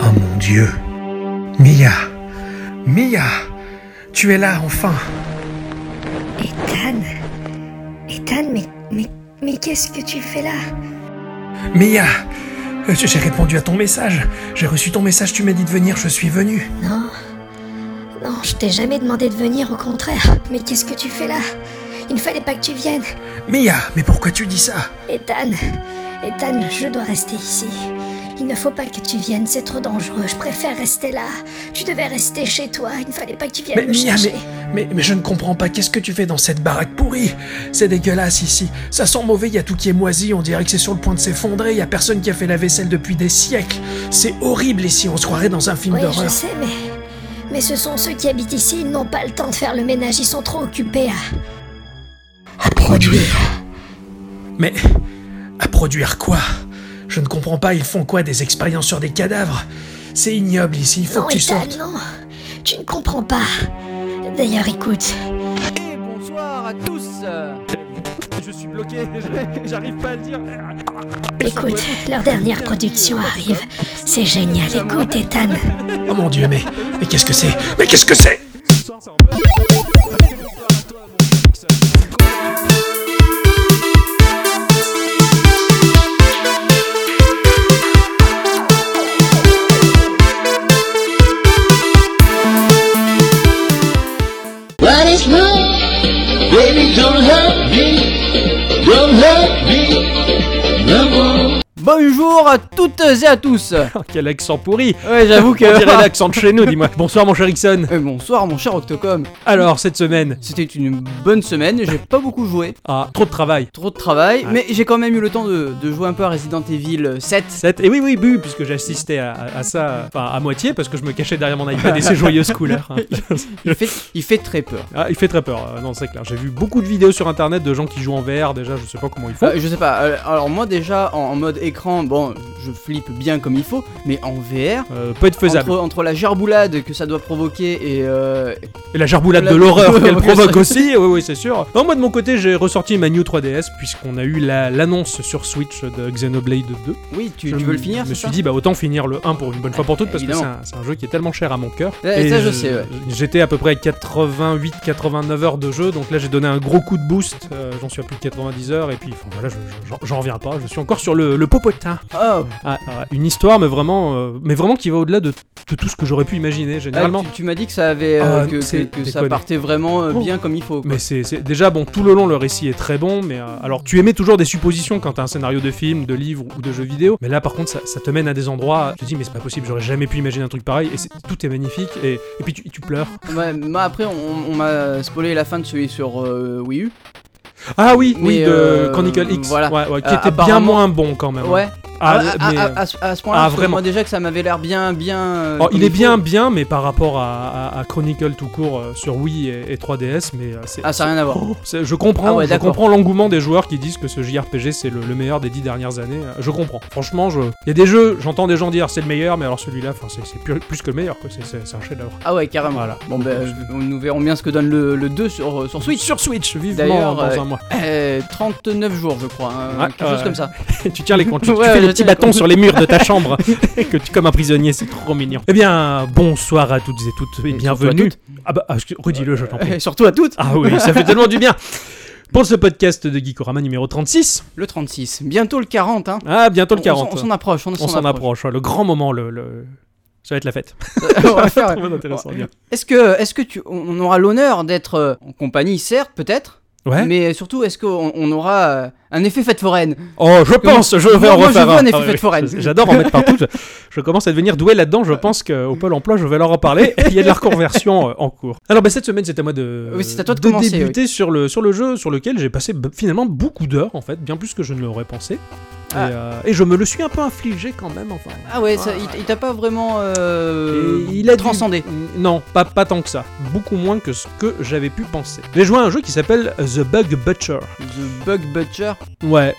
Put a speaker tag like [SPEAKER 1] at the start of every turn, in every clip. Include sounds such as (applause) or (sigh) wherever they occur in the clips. [SPEAKER 1] Oh Dieu. Mia Mia Tu es là, enfin
[SPEAKER 2] Ethan Ethan, mais, mais, mais qu'est-ce que tu fais là
[SPEAKER 1] Mia euh, J'ai répondu à ton message. J'ai reçu ton message, tu m'as dit de venir, je suis venu.
[SPEAKER 2] Non. Non, je t'ai jamais demandé de venir, au contraire. Mais qu'est-ce que tu fais là Il ne fallait pas que tu viennes.
[SPEAKER 1] Mia Mais pourquoi tu dis ça
[SPEAKER 2] Ethan Ethan, je dois rester ici. Il ne faut pas que tu viennes, c'est trop dangereux. Je préfère rester là. Tu devais rester chez toi, il ne fallait pas que tu viennes
[SPEAKER 1] Mais
[SPEAKER 2] me
[SPEAKER 1] Mia, mais,
[SPEAKER 2] chercher.
[SPEAKER 1] mais, mais je ne comprends pas, qu'est-ce que tu fais dans cette baraque pourrie C'est dégueulasse ici, ça sent mauvais, il y a tout qui est moisi, on dirait que c'est sur le point de s'effondrer, il y a personne qui a fait la vaisselle depuis des siècles. C'est horrible ici, on se croirait dans un film
[SPEAKER 2] Oui, je
[SPEAKER 1] d'horreur.
[SPEAKER 2] sais, mais... Mais ce sont ceux qui habitent ici, ils n'ont pas le temps de faire le ménage, ils sont trop occupés à... à produire.
[SPEAKER 1] Mais à produire quoi Je ne comprends pas, ils font quoi des expériences sur des cadavres C'est ignoble ici, il faut
[SPEAKER 2] non,
[SPEAKER 1] que tu
[SPEAKER 2] Ethan,
[SPEAKER 1] sortes.
[SPEAKER 2] non Tu ne comprends pas. D'ailleurs, écoute,
[SPEAKER 3] Et bonsoir à tous Euh, Je suis bloqué, j'arrive pas à le dire.
[SPEAKER 2] écoute, leur dernière production arrive. C'est génial, écoute, Ethan.
[SPEAKER 1] Oh mon dieu, mais, mais qu'est-ce que c'est Mais qu'est-ce que c'est
[SPEAKER 4] What is love? Baby, don't hurt me. Don't hurt me. No more.
[SPEAKER 3] Bonjour à toutes et à tous
[SPEAKER 5] Oh, Quel accent pourri
[SPEAKER 3] Ouais, j'avoue que.
[SPEAKER 5] On dirait l'accent de chez nous, dis-moi. Bonsoir mon cher Ixon.
[SPEAKER 3] Euh, bonsoir mon cher Octocom.
[SPEAKER 5] Alors, cette semaine,
[SPEAKER 3] C'était une bonne semaine, j'ai pas beaucoup joué,
[SPEAKER 5] ah, trop de travail.
[SPEAKER 3] trop de travail,
[SPEAKER 5] Ouais.
[SPEAKER 3] mais j'ai quand même eu le temps de, de jouer un peu à Resident Evil 7.
[SPEAKER 5] Sept- Et oui, oui, bu, puisque j'assistais à, à- à ça, enfin à moitié, parce que je me cachais derrière mon iPad
[SPEAKER 1] (laughs)
[SPEAKER 5] et ses joyeuses couleurs. hein.
[SPEAKER 3] Il fait, il fait très peur.
[SPEAKER 5] Ah, il fait très peur, euh, non, c'est clair. J'ai vu beaucoup de vidéos sur internet de gens qui jouent en VR, déjà, je sais pas comment ils font.
[SPEAKER 3] Euh, je sais pas, euh, alors moi déjà en, en mode écran, bon, je flippe bien comme il faut, mais en VR.
[SPEAKER 5] Euh, peut être faisable.
[SPEAKER 3] Entre, entre la gerboulade que ça doit provoquer et, euh,
[SPEAKER 5] Et la gerboulade
[SPEAKER 3] La-
[SPEAKER 5] de l'horreur qu'elle
[SPEAKER 3] Ouais,
[SPEAKER 5] provoque
[SPEAKER 3] ça-
[SPEAKER 5] aussi, oui, oui, c'est sûr. Non, moi de mon côté, j'ai ressorti ma New 3DS, puisqu'on a eu la- l'annonce sur Switch de Xenoblade 2.
[SPEAKER 3] Oui, tu,
[SPEAKER 5] Je
[SPEAKER 3] tu veux le finir
[SPEAKER 5] Je me
[SPEAKER 3] c'est
[SPEAKER 5] suis
[SPEAKER 3] ça
[SPEAKER 5] dit, bah autant finir le 1 pour une bonne fois pour toutes, parce que c'est
[SPEAKER 3] Évidemment.
[SPEAKER 5] un, c'est un jeu qui est tellement cher à mon cœur.
[SPEAKER 3] Ouais, ça, je
[SPEAKER 5] je-
[SPEAKER 3] sais, ouais.
[SPEAKER 5] J'étais à peu près à 88-89 heures de jeu, donc là j'ai donné un gros coup de boost. euh, J'en suis à plus de 90 heures, et puis enfin, voilà, je- je- j'en- j'en reviens pas. Je suis encore sur le, le popotin.
[SPEAKER 3] Oh,
[SPEAKER 5] Ah, ah, une histoire, mais vraiment, euh, mais vraiment qui va au-delà de, de tout ce que j'aurais pu imaginer
[SPEAKER 3] ah,
[SPEAKER 5] généralement.
[SPEAKER 3] tu, tu m'as dit que ça avait euh,
[SPEAKER 5] Ah,
[SPEAKER 3] que,
[SPEAKER 5] c'est
[SPEAKER 3] que- que ça
[SPEAKER 5] déconné.
[SPEAKER 3] partait vraiment euh,
[SPEAKER 5] Oh.
[SPEAKER 3] bien comme il faut. quoi.
[SPEAKER 5] Mais c'est c'est- déjà bon tout le long le récit est très bon mais euh, alors tu émets toujours des suppositions quand t'as un scénario de film, de livre ou de jeu vidéo mais là par contre ça, ça te mène à des endroits tu te dis mais c'est pas possible j'aurais jamais pu imaginer un truc pareil et c'est- tout est magnifique et, et puis tu, tu pleures
[SPEAKER 3] Ouais, moi, après on, on m'a spoilé la fin de celui sur euh, Wii U.
[SPEAKER 5] ah oui
[SPEAKER 3] Mais,
[SPEAKER 5] oui de
[SPEAKER 3] euh,
[SPEAKER 5] Chronicle X
[SPEAKER 3] voilà.
[SPEAKER 5] ouais, ouais, qui
[SPEAKER 3] Euh,
[SPEAKER 5] était bien
[SPEAKER 3] apparemment-
[SPEAKER 5] moins bon quand même hein.
[SPEAKER 3] Ouais.
[SPEAKER 5] ah,
[SPEAKER 3] Ah, à,
[SPEAKER 5] mais,
[SPEAKER 3] à-
[SPEAKER 5] euh,
[SPEAKER 3] à ce- à ce point-là,
[SPEAKER 5] ah,
[SPEAKER 3] parce que
[SPEAKER 5] vraiment.
[SPEAKER 3] moi déjà que ça m'avait l'air bien, bien. euh,
[SPEAKER 5] alors,
[SPEAKER 3] comme
[SPEAKER 5] il est
[SPEAKER 3] faut.
[SPEAKER 5] bien bien mais par rapport à, à- à Chronicle tout court euh, sur Wii et, et 3DS mais euh, c'est
[SPEAKER 3] Ah, ça n'a rien à voir.
[SPEAKER 5] Oh, c'est- je comprends,
[SPEAKER 3] Ah ouais,
[SPEAKER 5] je
[SPEAKER 3] d'accord.
[SPEAKER 5] comprends l'engouement des joueurs qui disent que ce JRPG c'est le, le meilleur des dix dernières années. Euh, Je comprends. Franchement, je... il y a des jeux, j'entends des gens dire c'est le meilleur, mais alors celui-là, enfin, c'est c'est plus, plus que le meilleur, quoi. C'est- c'est c'est un chef-d'œuvre.
[SPEAKER 3] Ah ouais, carrément.
[SPEAKER 5] Voilà.
[SPEAKER 3] Bon, ben, je- nous verrons bien ce que donne le, le 2 sur, euh, sur Switch.
[SPEAKER 5] sur Switch, vivement
[SPEAKER 3] D'ailleurs,
[SPEAKER 5] dans
[SPEAKER 3] euh,
[SPEAKER 5] un mois.
[SPEAKER 3] Euh, 39 jours, je crois. hein,
[SPEAKER 5] Ouais,
[SPEAKER 3] quelque chose
[SPEAKER 5] ouais.
[SPEAKER 3] comme ça.
[SPEAKER 5] (laughs) tu tiens
[SPEAKER 3] (laughs)
[SPEAKER 5] les comptes, tu, tu
[SPEAKER 3] Ouais,
[SPEAKER 5] fais
[SPEAKER 3] je
[SPEAKER 5] les petits
[SPEAKER 3] tiens les
[SPEAKER 5] bâtons
[SPEAKER 3] comptes.
[SPEAKER 5] sur les murs
[SPEAKER 3] (laughs)
[SPEAKER 5] de ta chambre, que tu comme un prisonnier, c'est trop mignon. Eh bien, bonsoir à toutes et toutes et,
[SPEAKER 3] Et
[SPEAKER 5] bienvenue.
[SPEAKER 3] surtout
[SPEAKER 5] Ah bah, ah, excuse- redis-le, je
[SPEAKER 3] (laughs)
[SPEAKER 5] t'en prie.
[SPEAKER 3] Surtout à toutes.
[SPEAKER 5] Ah oui, ça fait tellement du bien. Pour ce podcast de Geekorama numéro 36,
[SPEAKER 3] Le 36. Bientôt le 40. Hein.
[SPEAKER 5] ah bientôt le
[SPEAKER 3] On- on
[SPEAKER 5] 40.
[SPEAKER 3] s'en- On s'en approche. On
[SPEAKER 5] On
[SPEAKER 3] s'en
[SPEAKER 5] s'en approche, ouais, le grand moment, le, le- ça va être la fête.
[SPEAKER 3] (laughs) On va faire-
[SPEAKER 5] (laughs) Très intéressant, bien.
[SPEAKER 3] Est-ce que, est-ce que tu, on- on aura l'honneur d'être euh, en compagnie, certes, peut-être,
[SPEAKER 5] Ouais.
[SPEAKER 3] mais surtout, est-ce qu'on on aura euh, un effet fête foraine
[SPEAKER 5] Oh, je pense, je vais
[SPEAKER 3] Moi,
[SPEAKER 5] en
[SPEAKER 3] moi, je
[SPEAKER 5] refaire Ah
[SPEAKER 3] veux un effet
[SPEAKER 5] oui,
[SPEAKER 3] fête foraine.
[SPEAKER 5] je- (laughs) J'adore en mettre partout. Je, je commence à devenir doué là-dedans. Je pense qu'au Pôle emploi, je vais leur
[SPEAKER 3] (laughs)
[SPEAKER 5] en parler. Il y a de la reconversion euh, en cours. Alors, bah, cette semaine, c'est à moi de,
[SPEAKER 3] Oui, c'est à toi de commencer,
[SPEAKER 5] débuter sur, le, sur le jeu sur lequel j'ai passé b- finalement beaucoup d'heures, en fait, bien plus que je ne l'aurais pensé.
[SPEAKER 3] Ah.
[SPEAKER 5] Et, euh, et je me le suis un peu infligé quand même, enfin.
[SPEAKER 3] Ah ouais, ça- il, il t'a pas vraiment euh,
[SPEAKER 5] Et il a dû-
[SPEAKER 3] transcendé.
[SPEAKER 5] Non, pas, pas tant que ça. Beaucoup moins que ce que j'avais pu penser. J'ai joué à un jeu qui s'appelle The Bug Butcher.
[SPEAKER 3] The Bug Butcher.
[SPEAKER 5] Ouais,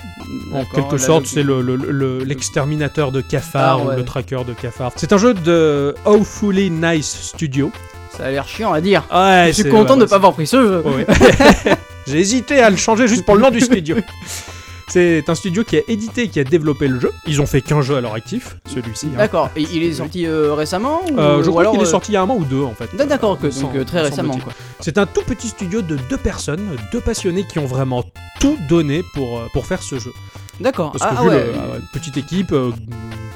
[SPEAKER 5] En
[SPEAKER 3] D'accord,
[SPEAKER 5] quelque
[SPEAKER 3] la
[SPEAKER 5] sorte,
[SPEAKER 3] logique.
[SPEAKER 5] c'est le- le- le- l'exterminateur de cafards
[SPEAKER 3] Ah,
[SPEAKER 5] ou
[SPEAKER 3] ouais.
[SPEAKER 5] le tracker de cafards. C'est un jeu de Awfully Nice Studio.
[SPEAKER 3] Ça a l'air chiant à dire.
[SPEAKER 5] Ouais,
[SPEAKER 3] Je suis
[SPEAKER 5] c'est-
[SPEAKER 3] content
[SPEAKER 5] ouais,
[SPEAKER 3] de pas avoir pris ce jeu. (laughs)
[SPEAKER 5] (laughs) ouais, c'est- ouais, ouais. J'ai hésité à le changer juste pour le nom du studio. C'est un studio qui a édité et qui a développé le jeu. Ils ont fait qu'un jeu à leur actif, celui-ci. hein.
[SPEAKER 3] D'accord. Et il est sorti euh, récemment ou,
[SPEAKER 5] Euh, je
[SPEAKER 3] ou
[SPEAKER 5] crois
[SPEAKER 3] alors,
[SPEAKER 5] qu'il est
[SPEAKER 3] euh,
[SPEAKER 5] sorti il y a un mois ou deux en fait.
[SPEAKER 3] D'accord, que- donc
[SPEAKER 5] Sans-
[SPEAKER 3] euh, très
[SPEAKER 5] sans
[SPEAKER 3] récemment
[SPEAKER 5] doute.
[SPEAKER 3] quoi.
[SPEAKER 5] C'est un tout petit studio de deux personnes, deux passionnés qui ont vraiment tout donné pour, euh, pour faire ce jeu.
[SPEAKER 3] D'accord.
[SPEAKER 5] Parce que
[SPEAKER 3] Ah,
[SPEAKER 5] vu
[SPEAKER 3] ouais.
[SPEAKER 5] le- euh, petite équipe, euh,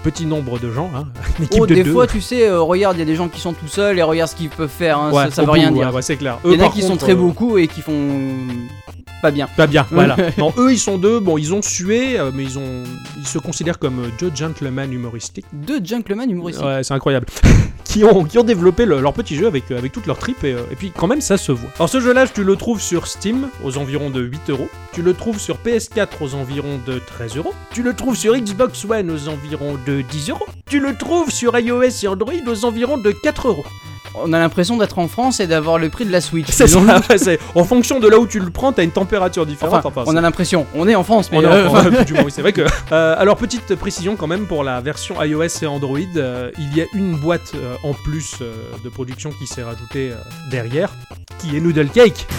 [SPEAKER 5] petit nombre de gens, hein, (laughs) une équipe
[SPEAKER 3] Oh,
[SPEAKER 5] de
[SPEAKER 3] des
[SPEAKER 5] deux.
[SPEAKER 3] fois, tu sais, euh, regarde, il y a des gens qui sont tout seuls et regarde ce qu'ils peuvent faire. hein,
[SPEAKER 5] Ouais,
[SPEAKER 3] ça, ça
[SPEAKER 5] au
[SPEAKER 3] veut
[SPEAKER 5] bout,
[SPEAKER 3] rien
[SPEAKER 5] ouais,
[SPEAKER 3] dire.
[SPEAKER 5] ouais, c'est clair.
[SPEAKER 3] Il y en a
[SPEAKER 5] par
[SPEAKER 3] qui sont
[SPEAKER 5] contre,
[SPEAKER 3] très
[SPEAKER 5] euh,
[SPEAKER 3] beaucoup et qui font pas bien. (laughs)
[SPEAKER 5] Pas bien, voilà. Non, eux, ils sont deux. Bon, ils ont sué, euh, mais ils ont, ils se considèrent comme euh, deux gentlemen humoristiques.
[SPEAKER 3] Deux gentlemen humoristiques.
[SPEAKER 5] Ouais, c'est incroyable. (laughs) qui, ont, qui ont développé le- leur petit jeu avec, euh, avec toute leur trip et, euh, et puis quand même ça se voit. Alors ce jeu-là, tu le trouves sur Steam aux environs de 8 euros. Tu le trouves sur PS4 aux environs de 13 euros. Tu le trouves sur Xbox One aux environs de 10 euros. Tu le trouves sur iOS et Android aux environs de 4 euros.
[SPEAKER 3] On a l'impression d'être en France et d'avoir le prix de la Switch.
[SPEAKER 5] C'est
[SPEAKER 3] disons.
[SPEAKER 5] ça, ouais, (laughs) c'est- en fonction de là où tu le prends, t'as une température
[SPEAKER 3] Enfin,
[SPEAKER 5] différente. Enfin,
[SPEAKER 3] on a l'impression. On est en France, mais
[SPEAKER 5] On est en
[SPEAKER 3] euh,
[SPEAKER 5] France, (laughs) du moins, oui, c'est vrai que. Euh, alors petite précision quand même pour la version iOS et Android, euh, il y a une boîte euh, en plus euh, de production qui s'est rajoutée euh, derrière, qui est Noodle Cake.
[SPEAKER 3] (laughs)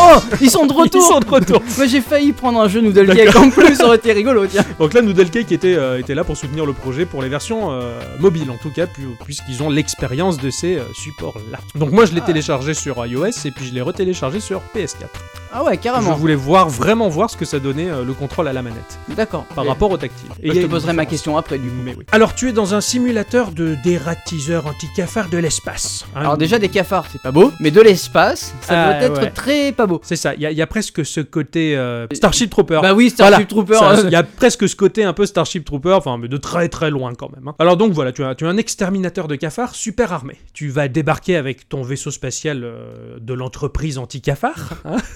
[SPEAKER 3] Oh, (laughs) ils sont de retour.
[SPEAKER 5] Ils sont de retour.
[SPEAKER 3] Moi, j'ai failli prendre un jeu Noodle Cake en plus, ça aurait été rigolo, (laughs) tiens.
[SPEAKER 5] Donc là, Noodle Cake était, euh, était là pour soutenir le projet pour les versions euh, mobiles en tout cas, pu- puisqu'ils ont l'expérience de ces euh, supports-là. Donc moi, je l'ai
[SPEAKER 3] Ah.
[SPEAKER 5] téléchargé sur iOS et puis je l'ai retéléchargé sur PS4.
[SPEAKER 3] Ah ouais,
[SPEAKER 5] Je
[SPEAKER 3] carrément.
[SPEAKER 5] voulais voir vraiment voir ce que ça donnait euh, le contrôle à la manette
[SPEAKER 3] D'accord.
[SPEAKER 5] par
[SPEAKER 3] Et-
[SPEAKER 5] rapport au tactile.
[SPEAKER 3] Bah,
[SPEAKER 5] il y
[SPEAKER 3] je
[SPEAKER 5] a
[SPEAKER 3] te
[SPEAKER 5] une
[SPEAKER 3] poserai ma
[SPEAKER 5] différence.
[SPEAKER 3] question après, du coup.
[SPEAKER 5] Mais oui. Alors tu es dans un simulateur de dératiseur anti-cafard de l'espace. Hein,
[SPEAKER 3] Alors déjà des Ah cafards, c'est pas beau, mais de l'espace, ça
[SPEAKER 5] Ah,
[SPEAKER 3] doit être
[SPEAKER 5] ouais.
[SPEAKER 3] très pas beau.
[SPEAKER 5] c'est ça, il y, a- il y a presque ce côté euh, Starship Trooper.
[SPEAKER 3] Bah oui,
[SPEAKER 5] Voilà.
[SPEAKER 3] Starship Trooper.
[SPEAKER 5] Ça,
[SPEAKER 3] hein.
[SPEAKER 5] Il y a presque ce côté un peu Starship Trooper, enfin, mais de très très loin quand même. hein. Alors donc voilà, tu as, tu as un exterminateur de cafards super armé. Tu vas débarquer avec ton vaisseau spatial euh, de l'entreprise anti-cafard. hein. (laughs)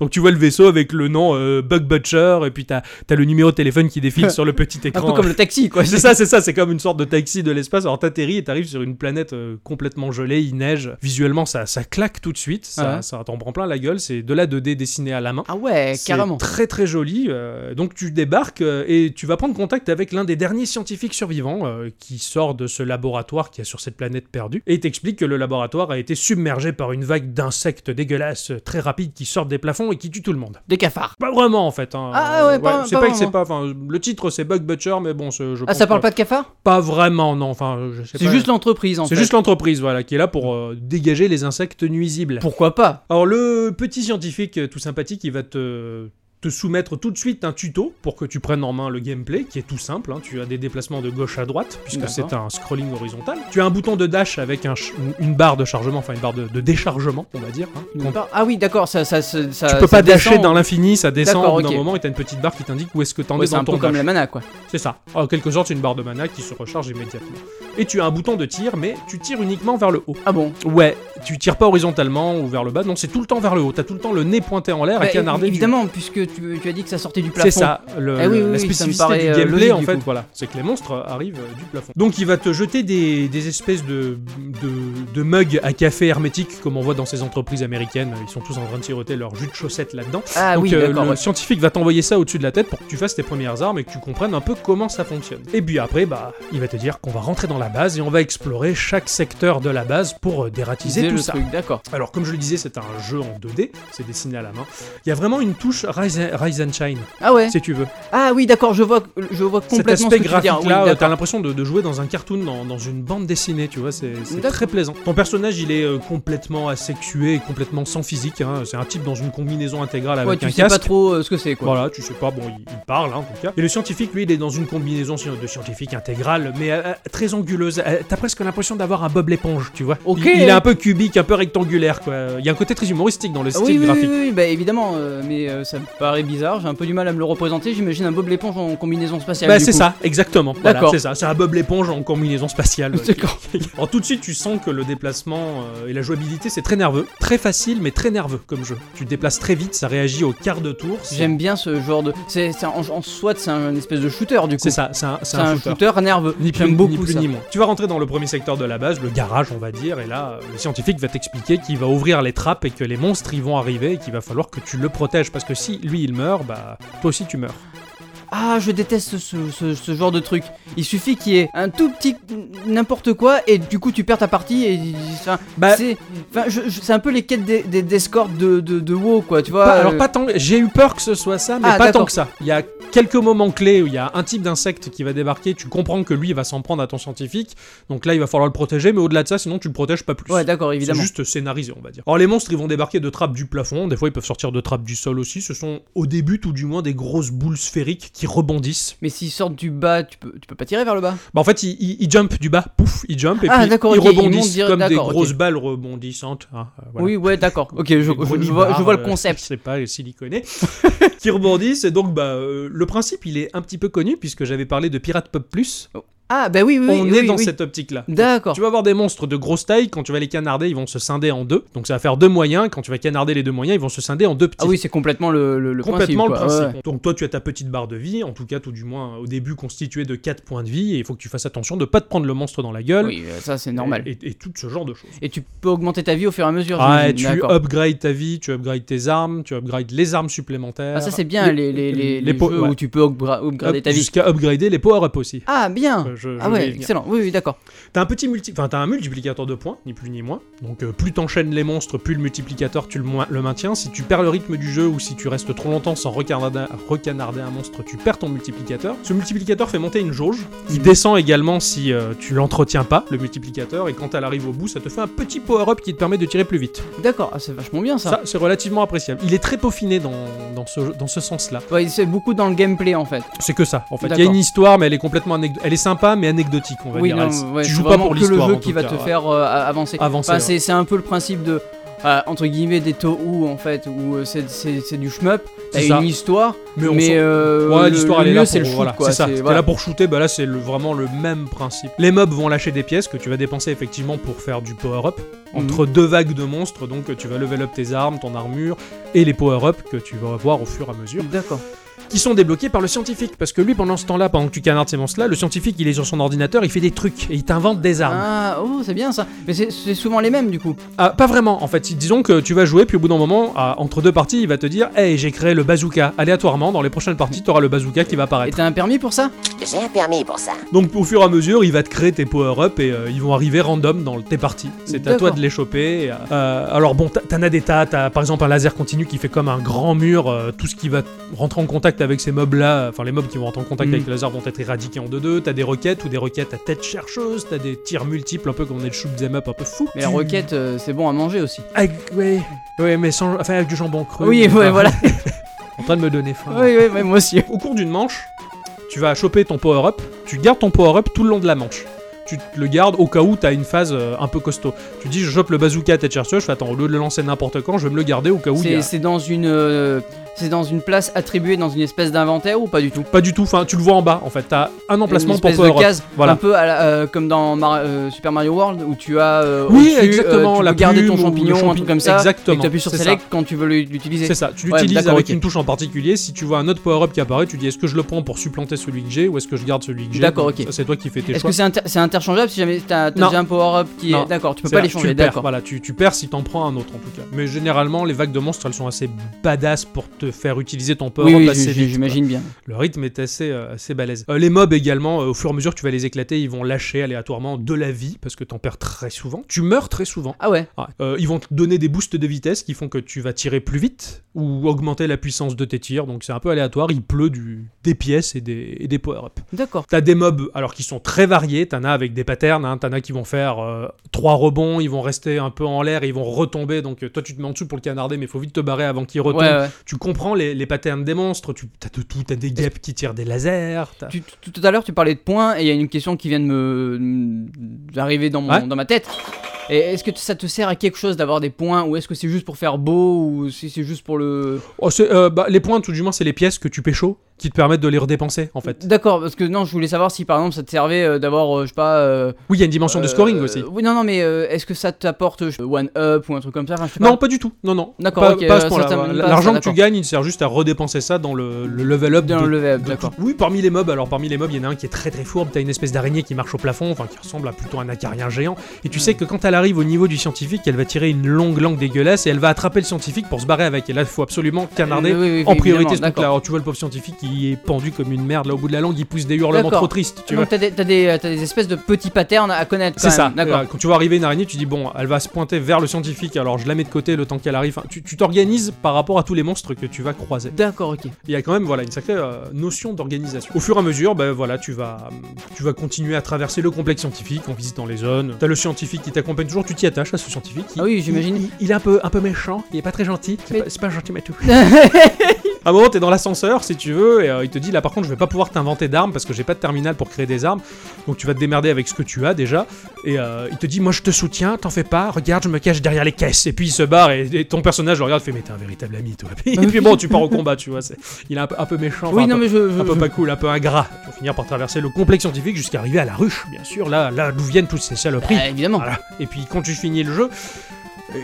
[SPEAKER 5] donc tu vois le vaisseau avec le nom euh, Bug Butcher, et puis t'as as le numéro de téléphone
[SPEAKER 3] (laughs)
[SPEAKER 5] qui défile sur le petit
[SPEAKER 3] Un
[SPEAKER 5] écran.
[SPEAKER 3] peu comme le taxi, quoi.
[SPEAKER 5] C'est ça, c'est ça, c'est comme une sorte de taxi de l'espace. Alors t'atterris et t'arrives sur une planète euh, complètement gelée, il neige. Visuellement, ça, ça claque tout de suite, ça,
[SPEAKER 3] Ah ouais.
[SPEAKER 5] ça t'en prend plein la gueule. C'est de la 2D dessinée à la main.
[SPEAKER 3] (laughs) Ah ouais,
[SPEAKER 5] C'est
[SPEAKER 3] carrément.
[SPEAKER 5] Très très joli. euh, donc tu débarques euh, et tu vas prendre contact avec l'un des derniers scientifiques survivants euh, qui sort de ce laboratoire qui a sur cette planète perdue et il t'explique que le laboratoire a été submergé par une vague d'insectes dégueulasses euh, très rapides qui sortent des plafonds et qui tuent tout le monde.
[SPEAKER 3] Des cafards.
[SPEAKER 5] Pas vraiment en fait. hein.
[SPEAKER 3] Ah ouais, pas-
[SPEAKER 5] c'est
[SPEAKER 3] pas
[SPEAKER 5] pas, que c'est
[SPEAKER 3] vraiment.
[SPEAKER 5] pas. Enfin, le titre c'est Bug Butcher, mais bon, c'est- je
[SPEAKER 3] Ah,
[SPEAKER 5] pense
[SPEAKER 3] ça parle pas de cafards
[SPEAKER 5] pas vraiment, non. Enfin, je sais
[SPEAKER 3] C'est
[SPEAKER 5] pas.
[SPEAKER 3] juste l'entreprise, en fait.
[SPEAKER 5] C'est juste l'entreprise, voilà, qui est là pour euh, dégager les insectes nuisibles.
[SPEAKER 3] Pourquoi pas
[SPEAKER 5] Alors le petit scientifique euh, tout sympathique, il va te te soumettre tout de suite un tuto pour que tu prennes en main le gameplay qui est tout simple. hein. Tu as des déplacements de gauche à droite puisque
[SPEAKER 3] D'accord.
[SPEAKER 5] c'est un scrolling horizontal. Tu as un bouton de dash avec un ch- une barre de chargement, enfin une barre de, de déchargement, on va dire. hein. Quand
[SPEAKER 3] Ah oui, d'accord, ça, ça, ça, ça.
[SPEAKER 5] tu peux
[SPEAKER 3] euh, ça
[SPEAKER 5] pas dasher
[SPEAKER 3] descend.
[SPEAKER 5] dans l'infini, ça descend
[SPEAKER 3] D'accord,
[SPEAKER 5] au bout d'un
[SPEAKER 3] ok.
[SPEAKER 5] moment et t'as une petite barre qui t'indique où est-ce que t'en
[SPEAKER 3] Ouais,
[SPEAKER 5] es
[SPEAKER 3] c'est
[SPEAKER 5] dans
[SPEAKER 3] un
[SPEAKER 5] ton
[SPEAKER 3] peu comme
[SPEAKER 5] dash.
[SPEAKER 3] la mana, quoi.
[SPEAKER 5] C'est ça. En quelque sorte, c'est une barre de mana qui se recharge immédiatement. Et tu as un bouton de tir, mais tu tires uniquement vers le haut.
[SPEAKER 3] Ah bon
[SPEAKER 5] Ouais, tu tires pas horizontalement ou vers le bas, non, c'est tout le temps vers le haut. T'as tout le temps le nez pointé en l'air
[SPEAKER 3] Bah,
[SPEAKER 5] et canardé. du-
[SPEAKER 3] Évidemment, puisque tu, tu as dit que ça sortait du plafond.
[SPEAKER 5] C'est ça, le-
[SPEAKER 3] Eh oui, oui, oui,
[SPEAKER 5] la
[SPEAKER 3] ça me
[SPEAKER 5] spécificité
[SPEAKER 3] paraît,
[SPEAKER 5] du
[SPEAKER 3] euh,
[SPEAKER 5] gameplay
[SPEAKER 3] logique,
[SPEAKER 5] en
[SPEAKER 3] du
[SPEAKER 5] fait,
[SPEAKER 3] coup.
[SPEAKER 5] voilà, c'est que les monstres euh, arrivent euh, du plafond. Donc il va te jeter des, des espèces de, de, de mugs à café hermétiques comme on voit dans ces entreprises américaines, ils sont tous en train de tiroter leur jus de chaussettes là-dedans.
[SPEAKER 3] Ah
[SPEAKER 5] Donc
[SPEAKER 3] oui,
[SPEAKER 5] euh,
[SPEAKER 3] d'accord.
[SPEAKER 5] le
[SPEAKER 3] ouais.
[SPEAKER 5] scientifique va t'envoyer ça au-dessus de la tête pour que tu fasses tes premières armes et que tu comprennes un peu comment ça fonctionne. Et puis après, bah, il va te dire qu'on va rentrer dans la base et on va explorer chaque secteur de la base pour euh, dératiser
[SPEAKER 3] Disais
[SPEAKER 5] tout
[SPEAKER 3] le
[SPEAKER 5] ça.
[SPEAKER 3] truc, d'accord.
[SPEAKER 5] Alors comme je le disais, c'est un jeu en 2D, c'est dessiné à la main. Il y a vraiment une touche Rise, Rise and Shine,
[SPEAKER 3] Ah ouais.
[SPEAKER 5] si tu veux.
[SPEAKER 3] Ah oui, d'accord, je vois, je vois
[SPEAKER 5] Cet
[SPEAKER 3] complètement
[SPEAKER 5] aspect
[SPEAKER 3] ce que tu veux dire.
[SPEAKER 5] graphique-là,
[SPEAKER 3] Oui,
[SPEAKER 5] euh,
[SPEAKER 3] d'accord.
[SPEAKER 5] t'as l'impression de, de jouer dans un cartoon, dans, dans une bande dessinée, tu vois, c'est c'est
[SPEAKER 3] D'accord.
[SPEAKER 5] très plaisant. Ton personnage, il est euh, complètement asexué et complètement sans physique. hein. C'est un type dans une combinaison intégrale
[SPEAKER 3] Ouais,
[SPEAKER 5] avec
[SPEAKER 3] tu
[SPEAKER 5] un
[SPEAKER 3] sais pas
[SPEAKER 5] casque.
[SPEAKER 3] trop euh, ce que c'est, quoi.
[SPEAKER 5] Voilà, tu sais pas, bon, il, il parle hein, en tout cas. Et le scientifique, lui, il est dans une combinaison sci- de scientifique intégrale, mais euh, euh, très anguleuse. Euh, T'as presque l'impression d'avoir un Bob l'éponge, tu vois.
[SPEAKER 3] Ok.
[SPEAKER 5] Il, il est un peu cubique, un peu rectangulaire, quoi. Il y a un côté très humoristique dans le
[SPEAKER 3] Ah
[SPEAKER 5] style
[SPEAKER 3] Oui, oui,
[SPEAKER 5] graphique.
[SPEAKER 3] oui, oui, bah évidemment, euh, mais euh, ça me paraît bizarre, j'ai un peu du mal à me le représenter, j'imagine un Bob l'éponge en combinaison spatiale.
[SPEAKER 5] Bah
[SPEAKER 3] du (laughs)
[SPEAKER 5] c'est
[SPEAKER 3] coup.
[SPEAKER 5] ça, exactement. Voilà,
[SPEAKER 3] D'accord.
[SPEAKER 5] c'est ça, c'est un Bob l'éponge en
[SPEAKER 3] (laughs)
[SPEAKER 5] combinaison spatiale. ouais.
[SPEAKER 3] D'accord.
[SPEAKER 5] Alors tout de suite, tu sens que le déplacement euh, et la jouabilité, c'est très nerveux. Très facile, mais très nerveux comme jeu. Tu te déplaces très vite, ça réagit au quart de tour. c'est-
[SPEAKER 3] J'aime bien ce genre de. C'est c'est un- en, en SWAT, c'est un, une espèce de shooter du coup.
[SPEAKER 5] C'est ça, c'est un, c'est
[SPEAKER 3] C'est
[SPEAKER 5] un
[SPEAKER 3] un
[SPEAKER 5] shooter.
[SPEAKER 3] shooter, nerveux.
[SPEAKER 5] Ni plus,
[SPEAKER 3] J'aime beaucoup
[SPEAKER 5] ni, plus
[SPEAKER 3] ça.
[SPEAKER 5] ni moins. Tu vas rentrer dans le premier secteur de la base, le garage, on va dire, et là, euh, le scientifique va t'expliquer qu'il va ouvrir les trappes et que les monstres y vont arriver et qu'il va falloir que tu le protèges parce que si lui il meurt, bah toi aussi tu meurs.
[SPEAKER 3] Ah, je déteste ce, ce- ce genre de truc. Il suffit qu'il y ait un tout petit n'importe quoi et du coup tu perds ta partie et enfin,
[SPEAKER 5] Bah-
[SPEAKER 3] c'est enfin, je- je- c'est un peu les quêtes des, des, d'escorte de, de, de WoW quoi, tu vois.
[SPEAKER 5] Pas-
[SPEAKER 3] euh,
[SPEAKER 5] alors pas tant, j'ai eu peur que ce soit ça, mais
[SPEAKER 3] Ah,
[SPEAKER 5] pas tant
[SPEAKER 3] d'accord.
[SPEAKER 5] que ça. Il y a quelques moments clés où il y a un type d'insecte qui va débarquer, tu comprends que lui va s'en prendre à ton scientifique, donc là il va falloir le protéger, mais au-delà de ça, sinon tu le protèges pas plus.
[SPEAKER 3] Ouais, d'accord, évidemment.
[SPEAKER 5] C'est juste scénarisé, on va dire. Alors les monstres, ils vont débarquer de trappes du plafond, des fois ils peuvent sortir de trappes du sol aussi, ce sont au début tout du moins des grosses boules sphériques qui rebondissent.
[SPEAKER 3] Mais s'ils sortent du bas, tu peux, tu peux pas tirer vers le bas.
[SPEAKER 5] Bah en fait, ils, ils, ils jumpent du bas, pouf, ils jumpent, et
[SPEAKER 3] Ah,
[SPEAKER 5] puis
[SPEAKER 3] d'accord,
[SPEAKER 5] ils
[SPEAKER 3] ok, ils
[SPEAKER 5] rebondissent
[SPEAKER 3] montent direct,
[SPEAKER 5] comme des
[SPEAKER 3] d'accord, ok.
[SPEAKER 5] grosses balles rebondissantes. hein, euh, voilà.
[SPEAKER 3] Oui, ouais, d'accord. Ok, je,
[SPEAKER 5] Des
[SPEAKER 3] je-
[SPEAKER 5] gros
[SPEAKER 3] je vois,
[SPEAKER 5] nibards,
[SPEAKER 3] je vois le
[SPEAKER 5] euh, Je
[SPEAKER 3] concept.
[SPEAKER 5] sais pas, les siliconés. (laughs) qui rebondissent. Et donc, bah, euh, le principe, il est un petit peu connu puisque j'avais parlé de Pirate Pop Plus.
[SPEAKER 3] Ah, bah oui, oui,
[SPEAKER 5] On
[SPEAKER 3] oui,
[SPEAKER 5] est
[SPEAKER 3] oui,
[SPEAKER 5] dans
[SPEAKER 3] oui.
[SPEAKER 5] cette optique-là.
[SPEAKER 3] D'accord.
[SPEAKER 5] Tu vas avoir des monstres de grosse taille. Quand tu vas les canarder, ils vont se scinder en deux. Donc, ça va faire deux moyens. Quand tu vas canarder les deux moyens, ils vont se scinder en deux petits.
[SPEAKER 3] Ah oui, c'est complètement le, le, le
[SPEAKER 5] Complètement
[SPEAKER 3] principe. quoi,
[SPEAKER 5] le
[SPEAKER 3] ouais,
[SPEAKER 5] principe. Donc toi tu as ta petite barre de vie, en tout cas tout du moins au début constituée de 4 points de vie, et il faut que tu fasses attention de pas te prendre le monstre dans la gueule.
[SPEAKER 3] ouais. Oui, euh, ça c'est normal.
[SPEAKER 5] Et, et- et tout ce genre de choses.
[SPEAKER 3] Et tu peux augmenter ta vie au fur et à mesure.
[SPEAKER 5] Ah, et
[SPEAKER 3] j'imagine,
[SPEAKER 5] tu
[SPEAKER 3] d'accord.
[SPEAKER 5] upgrades ta vie, tu upgrades tes armes, tu upgrades les armes supplémentaires.
[SPEAKER 3] Ah, ça c'est bien les, les, les, les
[SPEAKER 5] po-
[SPEAKER 3] jeux
[SPEAKER 5] ouais.
[SPEAKER 3] où tu peux upgra- upgrader
[SPEAKER 5] Up-
[SPEAKER 3] ta vie.
[SPEAKER 5] Jusqu'à upgrader les power-up aussi.
[SPEAKER 3] Ah bien.
[SPEAKER 5] Euh, je- je
[SPEAKER 3] Ah
[SPEAKER 5] vais y
[SPEAKER 3] ouais,
[SPEAKER 5] venir.
[SPEAKER 3] excellent. Oui, oui, d'accord.
[SPEAKER 5] T'as un petit multi... enfin, t'as un multiplicateur de points, ni plus ni moins. Donc euh, plus t'enchaînes les monstres, plus le multiplicateur tu le, moins- le maintiens. Si tu perds le rythme du jeu ou si tu restes trop longtemps sans recanarder, recanarder un monstre, tu perds ton multiplicateur. Ce multiplicateur fait monter une jauge.
[SPEAKER 3] Mm.
[SPEAKER 5] Il descend également si euh, tu l'entretiens pas, le multiplicateur. Et quand elle arrive au bout, ça te fait un petit power-up qui te permet de tirer plus vite.
[SPEAKER 3] D'accord, ah, c'est vachement bien ça.
[SPEAKER 5] Ça, c'est relativement appréciable. Il est très peaufiné dans, dans ce, dans ce sens-là.
[SPEAKER 3] Ouais, c'est beaucoup dans le gameplay en fait.
[SPEAKER 5] C'est que ça, en fait. Il y a
[SPEAKER 3] D'accord.
[SPEAKER 5] une histoire, mais elle est complètement anecdotique. Elle est sympa, mais anecdotique, on va
[SPEAKER 3] oui,
[SPEAKER 5] dire.
[SPEAKER 3] non,
[SPEAKER 5] Elle-
[SPEAKER 3] ouais,
[SPEAKER 5] tu
[SPEAKER 3] c'est
[SPEAKER 5] joues pas
[SPEAKER 3] vraiment
[SPEAKER 5] pour
[SPEAKER 3] que le
[SPEAKER 5] l'histoire.
[SPEAKER 3] jeu
[SPEAKER 5] en
[SPEAKER 3] qui
[SPEAKER 5] tout
[SPEAKER 3] va
[SPEAKER 5] cas,
[SPEAKER 3] te
[SPEAKER 5] ouais.
[SPEAKER 3] faire euh, a- avancer.
[SPEAKER 5] Avancer,
[SPEAKER 3] Enfin,
[SPEAKER 5] ouais.
[SPEAKER 3] c'est c'est un peu le principe de euh, entre guillemets des Tohu en fait où euh, c'est- c'est c'est du shmup. T'as
[SPEAKER 5] C'est ça.
[SPEAKER 3] une histoire,
[SPEAKER 5] Mais on
[SPEAKER 3] mais
[SPEAKER 5] s'en-
[SPEAKER 3] euh,
[SPEAKER 5] Ouais,
[SPEAKER 3] le-
[SPEAKER 5] l'histoire
[SPEAKER 3] le
[SPEAKER 5] elle est
[SPEAKER 3] mieux,
[SPEAKER 5] là
[SPEAKER 3] c'est
[SPEAKER 5] pour
[SPEAKER 3] le shoot,
[SPEAKER 5] voilà,
[SPEAKER 3] quoi.
[SPEAKER 5] c'est ça. T'es
[SPEAKER 3] voilà.
[SPEAKER 5] là pour shooter, bah là c'est le- vraiment le même principe. Les mobs vont lâcher des pièces que tu vas dépenser effectivement pour faire du power up
[SPEAKER 3] Mhm.
[SPEAKER 5] entre deux vagues de monstres, donc euh, tu vas level up tes armes, ton armure et les power up que tu vas avoir au fur et à mesure,
[SPEAKER 3] D'accord.
[SPEAKER 5] qui sont débloqués par le scientifique parce que lui pendant ce temps-là, pendant que tu canardes ces monstres-là, le scientifique il est sur son ordinateur, il fait des trucs et il t'invente des armes.
[SPEAKER 3] Ah, oh, c'est bien ça. Mais c'est- c'est souvent les mêmes du coup.
[SPEAKER 5] Ah, pas vraiment, en fait. Disons que tu vas jouer, puis au bout d'un moment, ah, entre deux parties, il va te dire Hey, j'ai créé le bazooka. Aléatoirement, dans les prochaines parties, t'auras le bazooka qui
[SPEAKER 3] Et
[SPEAKER 5] va apparaître.
[SPEAKER 3] t'as un permis pour ça
[SPEAKER 6] J'ai un permis pour ça.
[SPEAKER 5] Donc, au fur et à mesure, il va te créer tes power-up et euh, ils vont arriver random dans tes parties. C'est à toi
[SPEAKER 3] D'accord.
[SPEAKER 5] de les choper. et, euh, euh, alors, bon, t'as- t'en as des tas. T'as par exemple un laser continu qui fait comme un grand mur. euh, tout ce qui va rentrer en contact avec ces mobs-là, enfin, les mobs qui vont rentrer en contact
[SPEAKER 3] Mhm.
[SPEAKER 5] avec le laser vont être éradiqués en deux-deux. T'as des roquettes ou des roquettes à tête chercheuse. T'as des tirs multiples, un peu comme on est le shoot 'em up un peu fou.
[SPEAKER 3] Mais la
[SPEAKER 5] Tu-
[SPEAKER 3] requête, euh, c'est bon à manger aussi.
[SPEAKER 5] avec, ouais, ouais, mais sans, enfin avec du jambon cru.
[SPEAKER 3] Oui,
[SPEAKER 5] Enfin,
[SPEAKER 3] ouais, voilà.
[SPEAKER 5] (laughs) En train de me donner faim.
[SPEAKER 3] oui, oui, oui, moi aussi.
[SPEAKER 5] Au cours d'une manche, tu vas choper ton power-up, tu gardes ton power-up tout le long de la manche. Tu te le gardes au cas où t'as une phase euh, un peu costaud. Tu dis, je chope le bazooka à tête chercheuse, je fais attends, au lieu de le lancer n'importe quand, je vais me le garder au cas où il y
[SPEAKER 3] C'est
[SPEAKER 5] a-
[SPEAKER 3] c'est dans une euh, c'est dans une place attribuée dans une espèce d'inventaire ou pas du tout
[SPEAKER 5] Pas du tout, enfin, tu le vois en bas en fait, t'as un emplacement
[SPEAKER 3] une
[SPEAKER 5] pour
[SPEAKER 3] espèce de
[SPEAKER 5] power-up.
[SPEAKER 3] case,
[SPEAKER 5] Voilà.
[SPEAKER 3] un peu à la- euh, comme dans Mar- euh, Super Mario World où tu as euh,
[SPEAKER 5] Oui,
[SPEAKER 3] au-dessus, euh,
[SPEAKER 5] exactement,
[SPEAKER 3] tu
[SPEAKER 5] la
[SPEAKER 3] peux garder
[SPEAKER 5] plume
[SPEAKER 3] ton
[SPEAKER 5] ou le
[SPEAKER 3] champignon, un
[SPEAKER 5] champi-
[SPEAKER 3] truc comme ça,
[SPEAKER 5] Exactement,
[SPEAKER 3] et tu appuies sur
[SPEAKER 5] c'est ça.
[SPEAKER 3] select quand tu veux le- l'utiliser.
[SPEAKER 5] C'est ça, tu
[SPEAKER 3] Ouais,
[SPEAKER 5] l'utilises
[SPEAKER 3] d'accord,
[SPEAKER 5] avec
[SPEAKER 3] ok.
[SPEAKER 5] une touche en particulier. Si tu vois un autre power-up qui apparaît, tu dis est-ce que je le prends pour supplanter celui que j'ai ou est-ce que je garde celui que j'ai
[SPEAKER 3] D'accord,
[SPEAKER 5] Donc,
[SPEAKER 3] ok.
[SPEAKER 5] ça, C'est toi qui fais tes
[SPEAKER 3] Est-ce
[SPEAKER 5] choix.
[SPEAKER 3] que c'est inter- c'est interchangeable si jamais t'as t'as
[SPEAKER 5] Non.
[SPEAKER 3] déjà un power up qui
[SPEAKER 5] Non.
[SPEAKER 3] est d'accord, tu peux
[SPEAKER 5] C'est
[SPEAKER 3] pas
[SPEAKER 5] là,
[SPEAKER 3] les
[SPEAKER 5] tu
[SPEAKER 3] changer,
[SPEAKER 5] le perds,
[SPEAKER 3] d'accord.
[SPEAKER 5] Voilà, tu, tu perds si t'en prends un autre en tout cas. Mais généralement, les vagues de monstres, elles sont assez badass pour te faire utiliser ton power
[SPEAKER 3] Oui, oui,
[SPEAKER 5] assez
[SPEAKER 3] j-
[SPEAKER 5] vite.
[SPEAKER 3] j'imagine bien.
[SPEAKER 5] quoi. Le rythme est assez, euh, assez balèze. Euh, les mobs également, euh, au fur et à mesure, tu vas les éclater, ils vont lâcher aléatoirement de la vie parce que t'en perds très souvent. Tu meurs très souvent.
[SPEAKER 3] Ah ouais.
[SPEAKER 5] Ah, euh, ils vont te donner des boosts de vitesse qui font que tu vas tirer plus vite ou augmenter la puissance de tes tirs. Donc c'est un peu aléatoire. Il pleut du, des pièces et des, et des power-ups.
[SPEAKER 3] D'accord.
[SPEAKER 5] T'as des mobs alors qui sont très variés, t'en as avec des patterns, hein, t'en as qui vont faire euh, trois rebonds, ils vont rester un peu en l'air, ils vont retomber, donc euh, toi tu te mets en dessous pour le canarder, mais faut vite te barrer avant qu'il
[SPEAKER 3] Ouais,
[SPEAKER 5] retombe.
[SPEAKER 3] ouais.
[SPEAKER 5] Tu comprends les, les patterns des monstres, tu t'as de tout, t'as des guêpes qui tirent des lasers, t'as-
[SPEAKER 3] Tu- tu- tout à l'heure, tu parlais de points et il y a une question qui vient de me d'arriver dans, mon-
[SPEAKER 5] Ouais.
[SPEAKER 3] dans ma tête. Et Est-ce que t- ça te sert à quelque chose d'avoir des points ou est-ce que c'est juste pour faire beau ou si c'est juste pour le
[SPEAKER 5] Oh, c'est, euh, bah, les points, tout du moins, c'est les pièces que tu pécho qui te permettent de les redépenser en fait.
[SPEAKER 3] D'accord, parce que non, je voulais savoir si par exemple ça te servait euh, d'avoir euh, je sais pas euh,
[SPEAKER 5] Oui, il y a une dimension de
[SPEAKER 3] euh,
[SPEAKER 5] scoring aussi.
[SPEAKER 3] Oui, non non mais euh, est-ce que ça t'apporte je- one up ou un truc comme ça Enfin, je sais
[SPEAKER 5] Non,
[SPEAKER 3] pas.
[SPEAKER 5] pas du tout. Non, non.
[SPEAKER 3] D'accord,
[SPEAKER 5] Pas,
[SPEAKER 3] ok,
[SPEAKER 5] pas à ce
[SPEAKER 3] euh,
[SPEAKER 5] point-là.
[SPEAKER 3] ça t'amène pas à ça,
[SPEAKER 5] L'argent que tu
[SPEAKER 3] d'accord.
[SPEAKER 5] gagnes, il sert juste à redépenser ça dans le, le level up
[SPEAKER 3] Dans
[SPEAKER 5] de
[SPEAKER 3] le level up,
[SPEAKER 5] De
[SPEAKER 3] d'accord.
[SPEAKER 5] tout- Oui, parmi les mobs, alors parmi les mobs, il y en a un qui est très très fourbe, t'as une espèce d'araignée qui marche au plafond, enfin qui ressemble à plutôt un acarien géant, et
[SPEAKER 3] Hmm.
[SPEAKER 5] tu sais que quand elle arrive au niveau du scientifique, elle va tirer une longue langue dégueulasse et elle va attraper le scientifique pour se barrer avec, et là il faut absolument canarder
[SPEAKER 3] Euh, oui, oui, oui,
[SPEAKER 5] en priorité
[SPEAKER 3] évidemment,
[SPEAKER 5] ce truc-là.
[SPEAKER 3] d'accord.
[SPEAKER 5] Alors tu vois le pauvre scientifique qui qui est pendu comme une merde là au bout de la langue, il pousse des hurlements
[SPEAKER 3] D'accord.
[SPEAKER 5] trop tristes, tu vois.
[SPEAKER 3] Donc t'as des, t'as des, euh, t'as des espèces de petits patterns à connaître. quand
[SPEAKER 5] C'est
[SPEAKER 3] même.
[SPEAKER 5] ça.
[SPEAKER 3] D'accord.
[SPEAKER 5] Euh, Quand tu vois arriver une araignée, tu dis bon, elle va se pointer vers le scientifique, alors je la mets de côté le temps qu'elle arrive. Enfin, tu tu t'organises par rapport à tous les monstres que tu vas croiser.
[SPEAKER 3] D'accord, ok.
[SPEAKER 5] Il y a quand même voilà une sacrée euh, notion d'organisation. Au fur et à mesure, bah, voilà, tu vas tu vas continuer à traverser le complexe scientifique en visitant les zones. T'as le scientifique qui t'accompagne toujours, tu t'y attaches à ce scientifique. qui-
[SPEAKER 3] Ah oui, j'imagine.
[SPEAKER 5] Il, il est un peu, un peu méchant, il est pas très gentil. C'est
[SPEAKER 3] Mais-
[SPEAKER 5] pas, c'est pas un
[SPEAKER 3] (laughs)
[SPEAKER 5] gentil Matou. à un moment, Ah t'es dans l'ascenseur si tu veux, et euh, il te dit là par contre, je vais pas pouvoir t'inventer d'armes parce que j'ai pas de terminal pour créer des armes. Donc tu vas te démerder avec ce que tu as déjà. Et euh, il te dit moi je te soutiens, t'en fais pas, regarde, je me cache derrière les caisses. Et puis il se barre et, et ton personnage le regarde, fait mais t'es un véritable ami toi. (laughs) Et puis bon, tu pars au combat, tu vois. c'est- Il est un peu, un peu méchant. enfin,
[SPEAKER 3] oui,
[SPEAKER 5] un
[SPEAKER 3] non,
[SPEAKER 5] peu-
[SPEAKER 3] mais je. je-
[SPEAKER 5] un peu
[SPEAKER 3] je-
[SPEAKER 5] pas cool, un peu ingrat. Tu vas finir par traverser le complexe scientifique jusqu'à arriver à la ruche, bien sûr. Là, là d'où viennent toutes ces saloperies.
[SPEAKER 3] Bah, évidemment.
[SPEAKER 5] Voilà. Et puis quand tu finis le jeu, euh,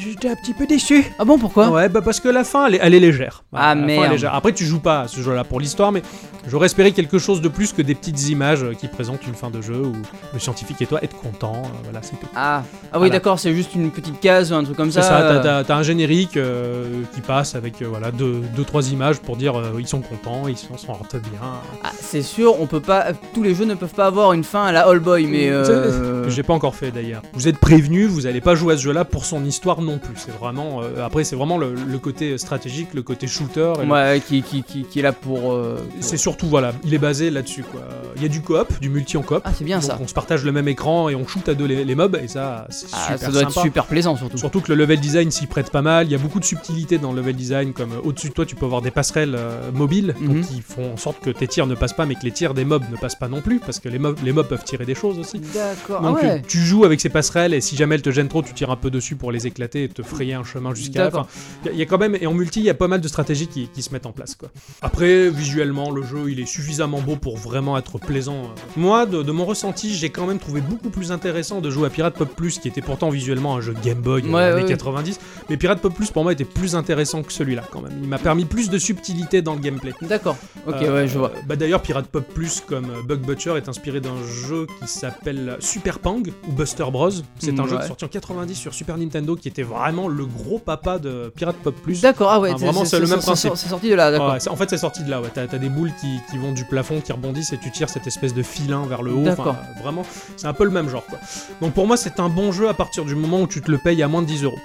[SPEAKER 5] j'étais un petit peu déçu.
[SPEAKER 3] Ah bon, pourquoi
[SPEAKER 5] ouais, bah parce que la fin, elle est, elle est légère. Voilà,
[SPEAKER 3] Ah,
[SPEAKER 5] la fin,
[SPEAKER 3] merde.
[SPEAKER 5] elle est légère. Après, tu joues pas à ce jeu-là pour l'histoire, mais j'aurais espéré quelque chose de plus que des petites images euh, qui présentent une fin de jeu où le scientifique et toi êtes contents. euh, voilà, c'est tout.
[SPEAKER 3] Ah, ah oui,
[SPEAKER 5] Voilà.
[SPEAKER 3] d'accord, c'est juste une petite case ou un truc comme
[SPEAKER 5] C'est
[SPEAKER 3] ça.
[SPEAKER 5] ça, t'as-
[SPEAKER 3] euh,
[SPEAKER 5] t'as- t'as un générique euh, qui passe avec euh, voilà deux, deux, trois images pour dire euh, ils sont contents, ils s'en sortent bien.
[SPEAKER 3] ah, c'est sûr, on peut pas. Tous les jeux ne peuvent pas avoir une fin à la All Boy, mais. euh,
[SPEAKER 5] Que (laughs) J'ai pas encore fait d'ailleurs. Vous êtes prévenus, vous allez pas jouer à ce jeu-là pour son histoire non plus. C'est vraiment euh, après c'est vraiment le, le côté stratégique, le côté shooter. et le-
[SPEAKER 3] Ouais, qui, qui, qui, qui est là pour. euh, pour-
[SPEAKER 5] C'est surtout voilà, il est basé là-dessus quoi. Il y a du coop, du multi en coop.
[SPEAKER 3] Ah, c'est bien
[SPEAKER 5] donc
[SPEAKER 3] ça.
[SPEAKER 5] on se partage le même écran et on shoot à deux les, les mobs et ça c'est
[SPEAKER 3] Ah,
[SPEAKER 5] super
[SPEAKER 3] ça doit
[SPEAKER 5] sympa.
[SPEAKER 3] être super plaisant surtout.
[SPEAKER 5] Surtout que le level design s'y prête pas mal, il y a beaucoup de subtilités dans le level design, comme euh, au-dessus de toi tu peux avoir des passerelles euh, mobiles,
[SPEAKER 3] Mhm.
[SPEAKER 5] donc qui font en sorte que tes tirs ne passent pas mais que les tirs des mobs ne passent pas non plus, parce que les mobs, les mobs peuvent tirer des choses aussi.
[SPEAKER 3] D'accord, ah
[SPEAKER 5] Donc
[SPEAKER 3] ouais.
[SPEAKER 5] tu joues avec ces passerelles et si jamais elles te gênent trop, tu tires un peu dessus pour les éclater et te frayer un chemin jusqu'à la
[SPEAKER 3] D'accord.
[SPEAKER 5] fin. Il y, a quand même, et en multi, il y a pas mal de stratégies qui, qui se mettent en place. Quoi. Après, visuellement, le jeu, il est suffisamment beau pour vraiment être plaisant. hein. Moi, de, de mon ressenti, j'ai quand même trouvé beaucoup plus intéressant de jouer à Pirate Pop Plus, qui était pourtant visuellement un jeu Game Boy
[SPEAKER 3] Ouais,
[SPEAKER 5] des années
[SPEAKER 3] ouais.
[SPEAKER 5] 90. Mais Pirate Pop Plus, pour moi, était plus intéressant que celui-là quand même. Il m'a permis plus de subtilité dans le gameplay.
[SPEAKER 3] D'accord, ok,
[SPEAKER 5] Euh,
[SPEAKER 3] ouais, je vois.
[SPEAKER 5] Bah d'ailleurs, Pirate Pop Plus, comme euh, Bug Butcher, est inspiré d'un jeu qui s'appelle euh, Super Pang ou Buster Bros. C'est
[SPEAKER 3] Mm,
[SPEAKER 5] un jeu
[SPEAKER 3] ouais.
[SPEAKER 5] sorti en 90 sur Super Nintendo qui était vraiment le gros papa de Pirate Pop Plus.
[SPEAKER 3] D'accord, ah ouais,
[SPEAKER 5] Ah, vraiment, c'est le même principe.
[SPEAKER 3] C'est sorti de là, d'accord.
[SPEAKER 5] Ouais, c'est- en fait, c'est sorti de là. Ouais. T'as t'as des boules qui, qui vont du plafond, qui rebondissent et tu tires cette espèce de filin vers le haut. Enfin,
[SPEAKER 3] D'accord.
[SPEAKER 5] euh, vraiment, c'est un peu le même genre. Quoi. Donc pour moi, c'est un bon jeu à partir du moment où tu te le payes à moins de 10 euros.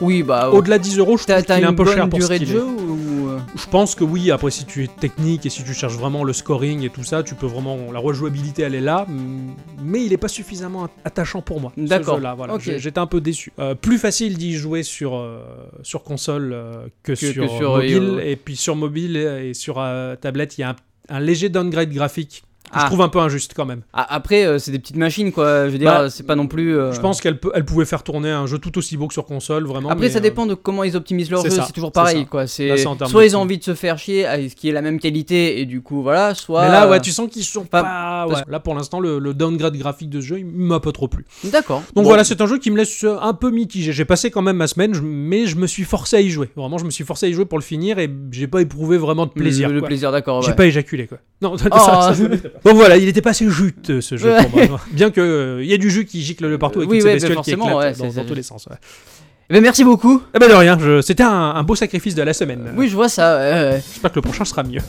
[SPEAKER 3] Oui, bah.
[SPEAKER 5] Au-delà de 10 euros, je
[SPEAKER 3] T'as
[SPEAKER 5] trouve
[SPEAKER 3] t'as
[SPEAKER 5] qu'il est
[SPEAKER 3] une
[SPEAKER 5] un peu
[SPEAKER 3] bonne
[SPEAKER 5] cher pour ce
[SPEAKER 3] durée de
[SPEAKER 5] qu'il est.
[SPEAKER 3] jeu ou. euh,
[SPEAKER 5] Je pense que oui, après si tu es technique et si tu cherches vraiment le scoring et tout ça, tu peux vraiment... La rejouabilité, elle est là, mm, mais il est pas suffisamment at- attachant pour moi. ce
[SPEAKER 3] D'accord.
[SPEAKER 5] jeu-là, voilà.
[SPEAKER 3] Ok.
[SPEAKER 5] J'ai- J'étais un peu déçu. Euh, plus facile d'y jouer sur, euh, sur console euh, que, sur,
[SPEAKER 3] que sur
[SPEAKER 5] mobile.
[SPEAKER 3] iOS.
[SPEAKER 5] Et puis sur mobile et sur euh, tablette, il y a un, un léger downgrade graphique. que Je
[SPEAKER 3] Ah.
[SPEAKER 5] trouve un peu injuste quand même.
[SPEAKER 3] Ah, après, euh, c'est des petites machines, quoi. Je veux dire,
[SPEAKER 5] Bah,
[SPEAKER 3] euh, c'est pas non plus. euh,
[SPEAKER 5] Je pense qu'elle peut- elle pouvait faire tourner un jeu tout aussi beau que sur console, vraiment.
[SPEAKER 3] Après,
[SPEAKER 5] mais,
[SPEAKER 3] ça
[SPEAKER 5] euh,
[SPEAKER 3] dépend de comment ils optimisent leur
[SPEAKER 5] c'est
[SPEAKER 3] jeu.
[SPEAKER 5] ça,
[SPEAKER 3] C'est toujours
[SPEAKER 5] c'est
[SPEAKER 3] pareil,
[SPEAKER 5] ça.
[SPEAKER 3] quoi. C'est
[SPEAKER 5] Là, c'est en termes
[SPEAKER 3] soit
[SPEAKER 5] de
[SPEAKER 3] ils ont
[SPEAKER 5] coût.
[SPEAKER 3] envie de se faire chier à ce qui est la même qualité et du coup, voilà. Soit.
[SPEAKER 5] Mais là, ouais, tu sens qu'ils sont
[SPEAKER 3] pas-
[SPEAKER 5] pas. ouais.
[SPEAKER 3] parce
[SPEAKER 5] Là, pour l'instant, le, le downgrade graphique de ce jeu, il m'a pas trop plu.
[SPEAKER 3] D'accord. Bon.
[SPEAKER 5] Donc voilà, c'est un jeu qui me laisse euh, un peu mitigé. J'ai passé quand même ma semaine, je- mais je me suis forcé à y jouer. Vraiment, je me suis forcé à y jouer pour le finir et j'ai pas éprouvé vraiment de
[SPEAKER 3] Le-
[SPEAKER 5] plaisir.
[SPEAKER 3] Le,
[SPEAKER 5] quoi.
[SPEAKER 3] plaisir, d'accord.
[SPEAKER 5] J'ai
[SPEAKER 3] Ouais.
[SPEAKER 5] pas éjaculé quoi. (laughs) Non, ça,
[SPEAKER 3] Oh.
[SPEAKER 5] ça, ça me l'était pas. Donc voilà, il était pas assez juteux ce jeu
[SPEAKER 3] Ouais.
[SPEAKER 5] pour moi. (laughs) Bien que euh, il y a du jus qui gicle de partout avec
[SPEAKER 3] Oui,
[SPEAKER 5] toutes
[SPEAKER 3] ouais,
[SPEAKER 5] ces bestioles
[SPEAKER 3] bah
[SPEAKER 5] qui
[SPEAKER 3] forcément,
[SPEAKER 5] éclatent
[SPEAKER 3] ouais,
[SPEAKER 5] dans,
[SPEAKER 3] c'est-
[SPEAKER 5] dans
[SPEAKER 3] c'est-
[SPEAKER 5] tous les sens. ouais.
[SPEAKER 3] Eh ben, merci beaucoup.
[SPEAKER 5] Eh ben de rien, je- c'était un, un beau sacrifice de la semaine.
[SPEAKER 3] Oui, je vois ça. euh,
[SPEAKER 5] J'espère que le prochain
[SPEAKER 3] (laughs)
[SPEAKER 5] sera mieux.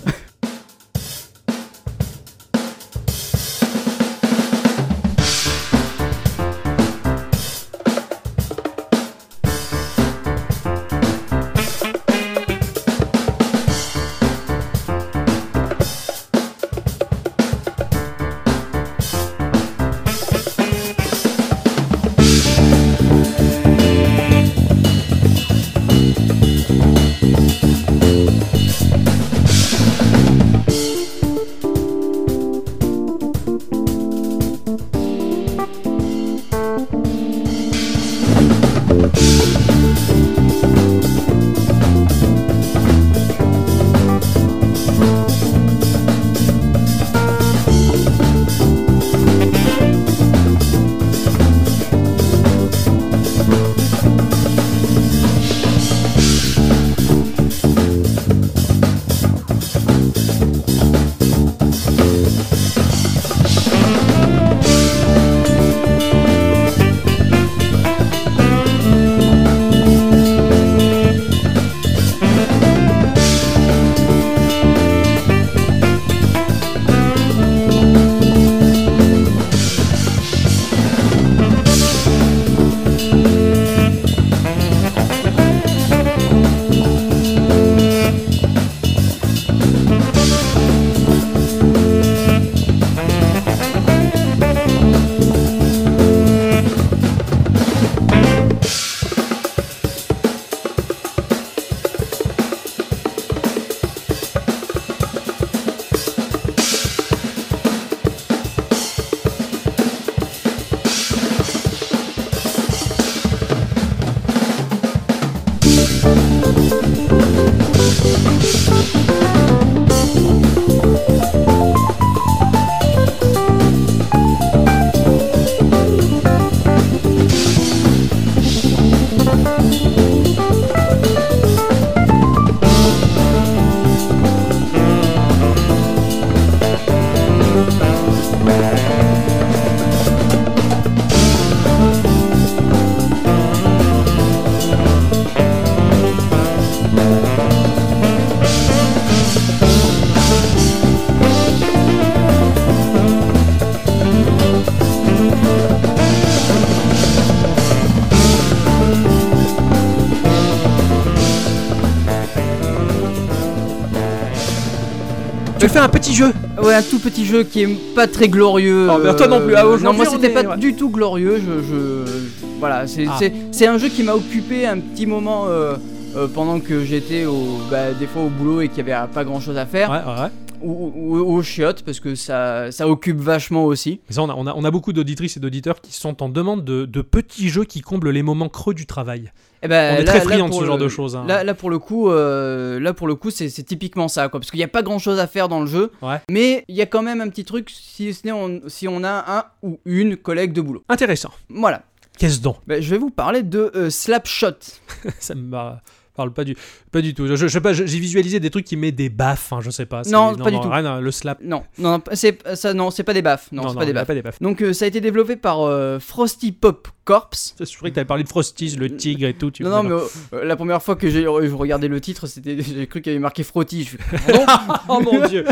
[SPEAKER 5] Tu fais un petit jeu
[SPEAKER 3] Ouais, un tout petit jeu qui est pas très glorieux. euh,
[SPEAKER 5] Ah, mais toi non plus. Ah, aujourd'hui,
[SPEAKER 3] non, moi
[SPEAKER 5] on
[SPEAKER 3] c'était
[SPEAKER 5] est-
[SPEAKER 3] pas
[SPEAKER 5] ouais.
[SPEAKER 3] du tout glorieux. Je, je- voilà, c'est
[SPEAKER 5] Ah.
[SPEAKER 3] c'est- c'est un jeu qui m'a occupé un petit moment euh, euh, pendant que j'étais au, bah, des fois au boulot et qu'il y avait pas grand chose à
[SPEAKER 5] Ouais,
[SPEAKER 3] faire
[SPEAKER 5] ouais, ouais.
[SPEAKER 3] ou, ou, ou aux chiottes parce que ça, ça occupe vachement aussi.
[SPEAKER 5] Mais ça, on a, on a- on a beaucoup d'auditrices et d'auditeurs qui sont en demande de, de petits jeux qui comblent les moments creux du travail.
[SPEAKER 3] Et ben,
[SPEAKER 5] on est
[SPEAKER 3] là-
[SPEAKER 5] très
[SPEAKER 3] là,
[SPEAKER 5] friands de
[SPEAKER 3] pour
[SPEAKER 5] ce genre
[SPEAKER 3] le-
[SPEAKER 5] de choses. hein.
[SPEAKER 3] Là, là pour le coup, euh, là pour le coup, c'est c'est typiquement ça, quoi. Parce qu'il n'y a pas grand chose à faire dans le jeu.
[SPEAKER 5] Ouais.
[SPEAKER 3] Mais il y a quand même un petit truc si ce n'est on- si on a un ou une collègue de boulot.
[SPEAKER 5] Intéressant.
[SPEAKER 3] Voilà.
[SPEAKER 5] Qu'est-ce donc
[SPEAKER 3] Ben, je vais vous parler de euh, Slapshot.
[SPEAKER 5] (laughs) Ça me mar- parle pas du, pas du tout. Je, je sais pas, je- j'ai visualisé des trucs qui mettent des baffes, hein, je sais pas. C'est-
[SPEAKER 3] Non, pas du tout.
[SPEAKER 5] rien, hein, le slap.
[SPEAKER 3] Non, non, non, c'est ça, non, c'est pas des baffes. Non, c'est pas des
[SPEAKER 5] il y a
[SPEAKER 3] baffes.
[SPEAKER 5] pas des baffes.
[SPEAKER 3] Donc euh, ça a été développé par euh, Frosty Pop Corps.
[SPEAKER 5] C'est sûr que t'avais parlé de Frosties, le tigre et tout. Tu
[SPEAKER 3] Non,
[SPEAKER 5] vois,
[SPEAKER 3] non, mais euh, la première fois que j'ai je regardais le titre, c'était (laughs) j'ai cru qu'il y avait marqué Frotty. Je fais, pardon
[SPEAKER 5] (laughs) Oh mon
[SPEAKER 3] (laughs)
[SPEAKER 5] dieu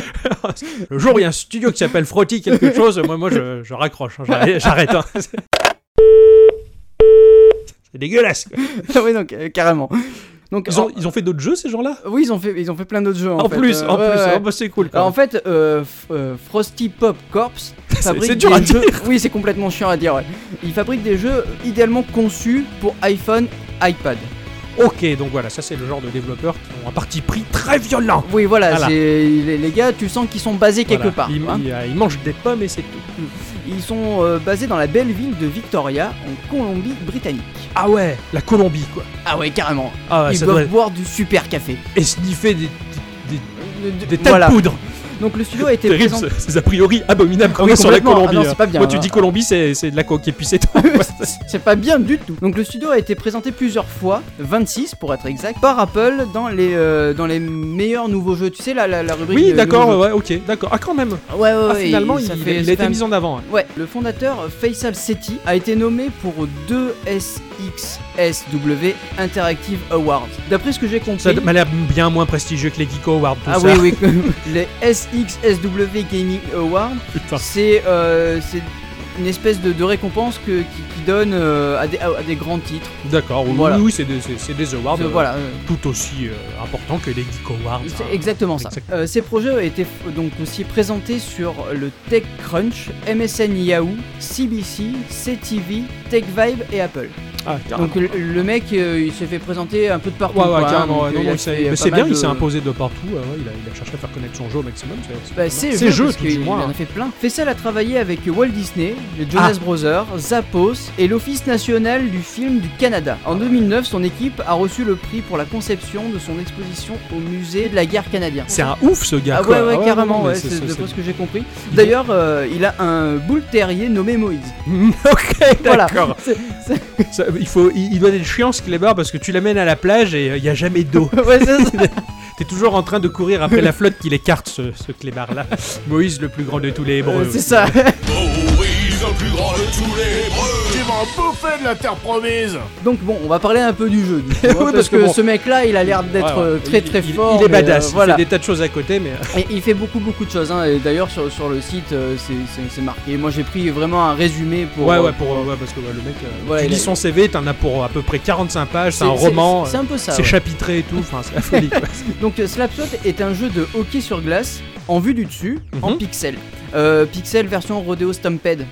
[SPEAKER 5] Le jour où il y a un studio qui s'appelle Frotti quelque chose, moi, moi je, je raccroche, hein, j'arrête. j'arrête, hein. (laughs) C'est dégueulasse quoi.
[SPEAKER 3] (laughs) Ah oui, donc euh, carrément. Donc
[SPEAKER 5] ils ont,
[SPEAKER 3] en-
[SPEAKER 5] ils ont fait d'autres jeux ces gens-là
[SPEAKER 3] oui, ils ont fait, ils ont fait plein d'autres jeux. En,
[SPEAKER 5] En
[SPEAKER 3] fait.
[SPEAKER 5] plus,
[SPEAKER 3] Euh,
[SPEAKER 5] en
[SPEAKER 3] ouais,
[SPEAKER 5] plus,
[SPEAKER 3] ouais.
[SPEAKER 5] oh, bah, c'est cool
[SPEAKER 3] Alors,
[SPEAKER 5] quoi.
[SPEAKER 3] en fait, euh, F- euh, Frosty Pop Corps fabrique
[SPEAKER 5] (laughs) c'est dur à
[SPEAKER 3] des jeux. Oui, c'est complètement chiant à dire. Ouais. Il fabrique des jeux idéalement conçus pour iPhone, iPad.
[SPEAKER 5] Ok, donc voilà, ça c'est le genre de développeurs qui ont un parti pris très violent
[SPEAKER 3] Oui, voilà.
[SPEAKER 5] Voilà.
[SPEAKER 3] c'est- Les, les gars, tu sens qu'ils sont basés quelque
[SPEAKER 5] Voilà.
[SPEAKER 3] part.
[SPEAKER 5] Ils,
[SPEAKER 3] hein.
[SPEAKER 5] ils, euh, ils mangent des pommes et c'est tout.
[SPEAKER 3] Ils sont euh, basés dans la belle ville de Victoria, en Colombie-Britannique.
[SPEAKER 5] Ah ouais, la Colombie quoi.
[SPEAKER 3] Ah ouais, carrément.
[SPEAKER 5] Ah ouais,
[SPEAKER 3] Ils
[SPEAKER 5] ça
[SPEAKER 3] doivent
[SPEAKER 5] doit être-
[SPEAKER 3] boire du super café.
[SPEAKER 5] Et sniffer des, des, des, des tas
[SPEAKER 3] Voilà.
[SPEAKER 5] de poudre
[SPEAKER 3] Donc le
[SPEAKER 5] (laughs)
[SPEAKER 3] studio a été
[SPEAKER 5] Terrible,
[SPEAKER 3] présenté.
[SPEAKER 5] ce- ces a priori abominables qu'on
[SPEAKER 3] Oui,
[SPEAKER 5] a sur la
[SPEAKER 3] complètement.
[SPEAKER 5] Colombie.
[SPEAKER 3] Ah non, c'est pas bien,
[SPEAKER 5] Moi, tu
[SPEAKER 3] hein.
[SPEAKER 5] dis Colombie, c'est c'est de la coke et puis c'est
[SPEAKER 3] (laughs)
[SPEAKER 5] tout.
[SPEAKER 3] C'est pas bien du tout. Donc le studio a été présenté plusieurs fois, 26 pour être exact, par Apple dans les euh, dans les meilleurs nouveaux jeux. Tu sais la la, la rubrique.
[SPEAKER 5] (laughs) Oui,
[SPEAKER 3] de
[SPEAKER 5] d'accord,
[SPEAKER 3] nouveaux
[SPEAKER 5] ouais, ok, d'accord. Ah, quand même.
[SPEAKER 3] jeux. Ouais, ouais,
[SPEAKER 5] Ah,
[SPEAKER 3] ouais,
[SPEAKER 5] finalement, il,
[SPEAKER 3] euh, ça
[SPEAKER 5] il-
[SPEAKER 3] fait-
[SPEAKER 5] il
[SPEAKER 3] ça
[SPEAKER 5] a
[SPEAKER 3] fait
[SPEAKER 5] été
[SPEAKER 3] un-
[SPEAKER 5] mis en avant. hein.
[SPEAKER 3] Ouais, le fondateur euh, Faisal Seti a été nommé pour 2SXSW Interactive Awards. D'après ce que j'ai compris,
[SPEAKER 5] Ça m'a l'air bien moins prestigieux que les Geeko Awards, tout
[SPEAKER 3] Ah
[SPEAKER 5] ça.
[SPEAKER 3] oui, oui, (laughs) les SXSW Gaming Awards,
[SPEAKER 5] (laughs) Putain.
[SPEAKER 3] c'est euh, c'est une espèce de, de récompense que, qui, qui donne euh, à, des, à- à des grands titres.
[SPEAKER 5] D'accord, oui,
[SPEAKER 3] Voilà.
[SPEAKER 5] oui, oui, c'est des, c'est- c'est des awards
[SPEAKER 3] Euh,
[SPEAKER 5] euh,
[SPEAKER 3] voilà, euh,
[SPEAKER 5] tout aussi euh, importants que les Geeko Awards. hein.
[SPEAKER 3] c'est exactement ça.
[SPEAKER 5] Exactement.
[SPEAKER 3] Euh, ces projets ont été f- donc aussi présentés sur le TechCrunch, MSN Yahoo, CBC, CTV, TechVibe et Apple.
[SPEAKER 5] Ah, carrément.
[SPEAKER 3] Donc le, le mec, euh, il s'est fait présenter un peu de partout.
[SPEAKER 5] Ouais, ouais,
[SPEAKER 3] quoi, hein,
[SPEAKER 5] carrément.
[SPEAKER 3] donc,
[SPEAKER 5] ouais,
[SPEAKER 3] euh,
[SPEAKER 5] non,
[SPEAKER 3] il
[SPEAKER 5] non,
[SPEAKER 3] a
[SPEAKER 5] il s'est-
[SPEAKER 3] fait, euh,
[SPEAKER 5] mais
[SPEAKER 3] pas
[SPEAKER 5] c'est
[SPEAKER 3] mal
[SPEAKER 5] bien, il
[SPEAKER 3] de-
[SPEAKER 5] s'est imposé de partout. ouais, ouais, il, a, il a cherché à faire connaître son jeu au maximum. c'est- c'est pas
[SPEAKER 3] Bah,
[SPEAKER 5] mal.
[SPEAKER 3] c'est
[SPEAKER 5] Ses
[SPEAKER 3] jeu,
[SPEAKER 5] jeux,
[SPEAKER 3] parce
[SPEAKER 5] tout
[SPEAKER 3] qu'il
[SPEAKER 5] du moins. Ah.
[SPEAKER 3] en
[SPEAKER 5] hein.
[SPEAKER 3] a fait plein. Fessel a travaillé avec Walt Disney, le Jonas Brothers, Zappos et l'Office national du film du Canada. En 2009, son équipe a reçu le prix pour la conception de son exposition au musée de la guerre canadienne.
[SPEAKER 5] C'est un ouf ce gars.
[SPEAKER 3] Ah
[SPEAKER 5] quoi.
[SPEAKER 3] ouais, ouais,
[SPEAKER 5] non,
[SPEAKER 3] carrément,
[SPEAKER 5] mais
[SPEAKER 3] ouais,
[SPEAKER 5] c'est-
[SPEAKER 3] c'est
[SPEAKER 5] c'est-
[SPEAKER 3] de
[SPEAKER 5] c'est-
[SPEAKER 3] ce que j'ai compris. D'ailleurs, euh, il a un boule terrier nommé Moïse.
[SPEAKER 5] (laughs) ok,
[SPEAKER 3] Voilà.
[SPEAKER 5] d'accord.
[SPEAKER 3] C'est-
[SPEAKER 5] Ça, Il, faut, il, il doit être chiant ce qu'il est barre parce que tu l'amènes à la plage et euh, il n'y a
[SPEAKER 3] (laughs)
[SPEAKER 5] jamais d'eau.
[SPEAKER 3] Ouais,
[SPEAKER 5] (laughs)
[SPEAKER 3] c'est ça.
[SPEAKER 5] T'es toujours en train de courir après la flotte qui l'écarte, ce, ce clébard-là. Moïse, le plus grand de tous les Hébreux.
[SPEAKER 3] Euh, c'est ça.
[SPEAKER 6] Tu vas bouffer de la terre promise
[SPEAKER 3] Donc bon, on va parler un peu du jeu.
[SPEAKER 5] (laughs)
[SPEAKER 3] du coup, hein,
[SPEAKER 5] Oui,
[SPEAKER 3] parce,
[SPEAKER 5] parce
[SPEAKER 3] que,
[SPEAKER 5] que bon.
[SPEAKER 3] ce mec-là, il a l'air
[SPEAKER 5] Ouais,
[SPEAKER 3] d'être
[SPEAKER 5] ouais.
[SPEAKER 3] euh, très
[SPEAKER 5] Il-
[SPEAKER 3] très
[SPEAKER 5] il-
[SPEAKER 3] fort.
[SPEAKER 5] Il est
[SPEAKER 3] mais, euh,
[SPEAKER 5] badass,
[SPEAKER 3] voilà.
[SPEAKER 5] il fait des tas de choses à côté, mais.
[SPEAKER 3] Et il fait beaucoup beaucoup de choses hein. et d'ailleurs sur, sur le site euh, c'est- c'est c'est marqué. Moi j'ai pris vraiment un résumé pour
[SPEAKER 5] ouais,
[SPEAKER 3] euh,
[SPEAKER 5] ouais, pour, euh, ouais, parce que ouais, le mec. euh,
[SPEAKER 3] Ouais,
[SPEAKER 5] tu
[SPEAKER 3] il
[SPEAKER 5] lis
[SPEAKER 3] a-
[SPEAKER 5] son CV, t'en as pour euh, à peu près 45 pages, c'est un
[SPEAKER 3] c'est-
[SPEAKER 5] roman,
[SPEAKER 3] C'est c'est
[SPEAKER 5] euh,
[SPEAKER 3] un peu ça.
[SPEAKER 5] c'est
[SPEAKER 3] ouais.
[SPEAKER 5] chapitré et tout, enfin, c'est la
[SPEAKER 3] (laughs)
[SPEAKER 5] folie. quoi.
[SPEAKER 3] Donc euh, Slapshot est un jeu de hockey sur glace en vue du dessus
[SPEAKER 5] Mhm.
[SPEAKER 3] en pixel. Euh, pixel version Rodeo Stampede.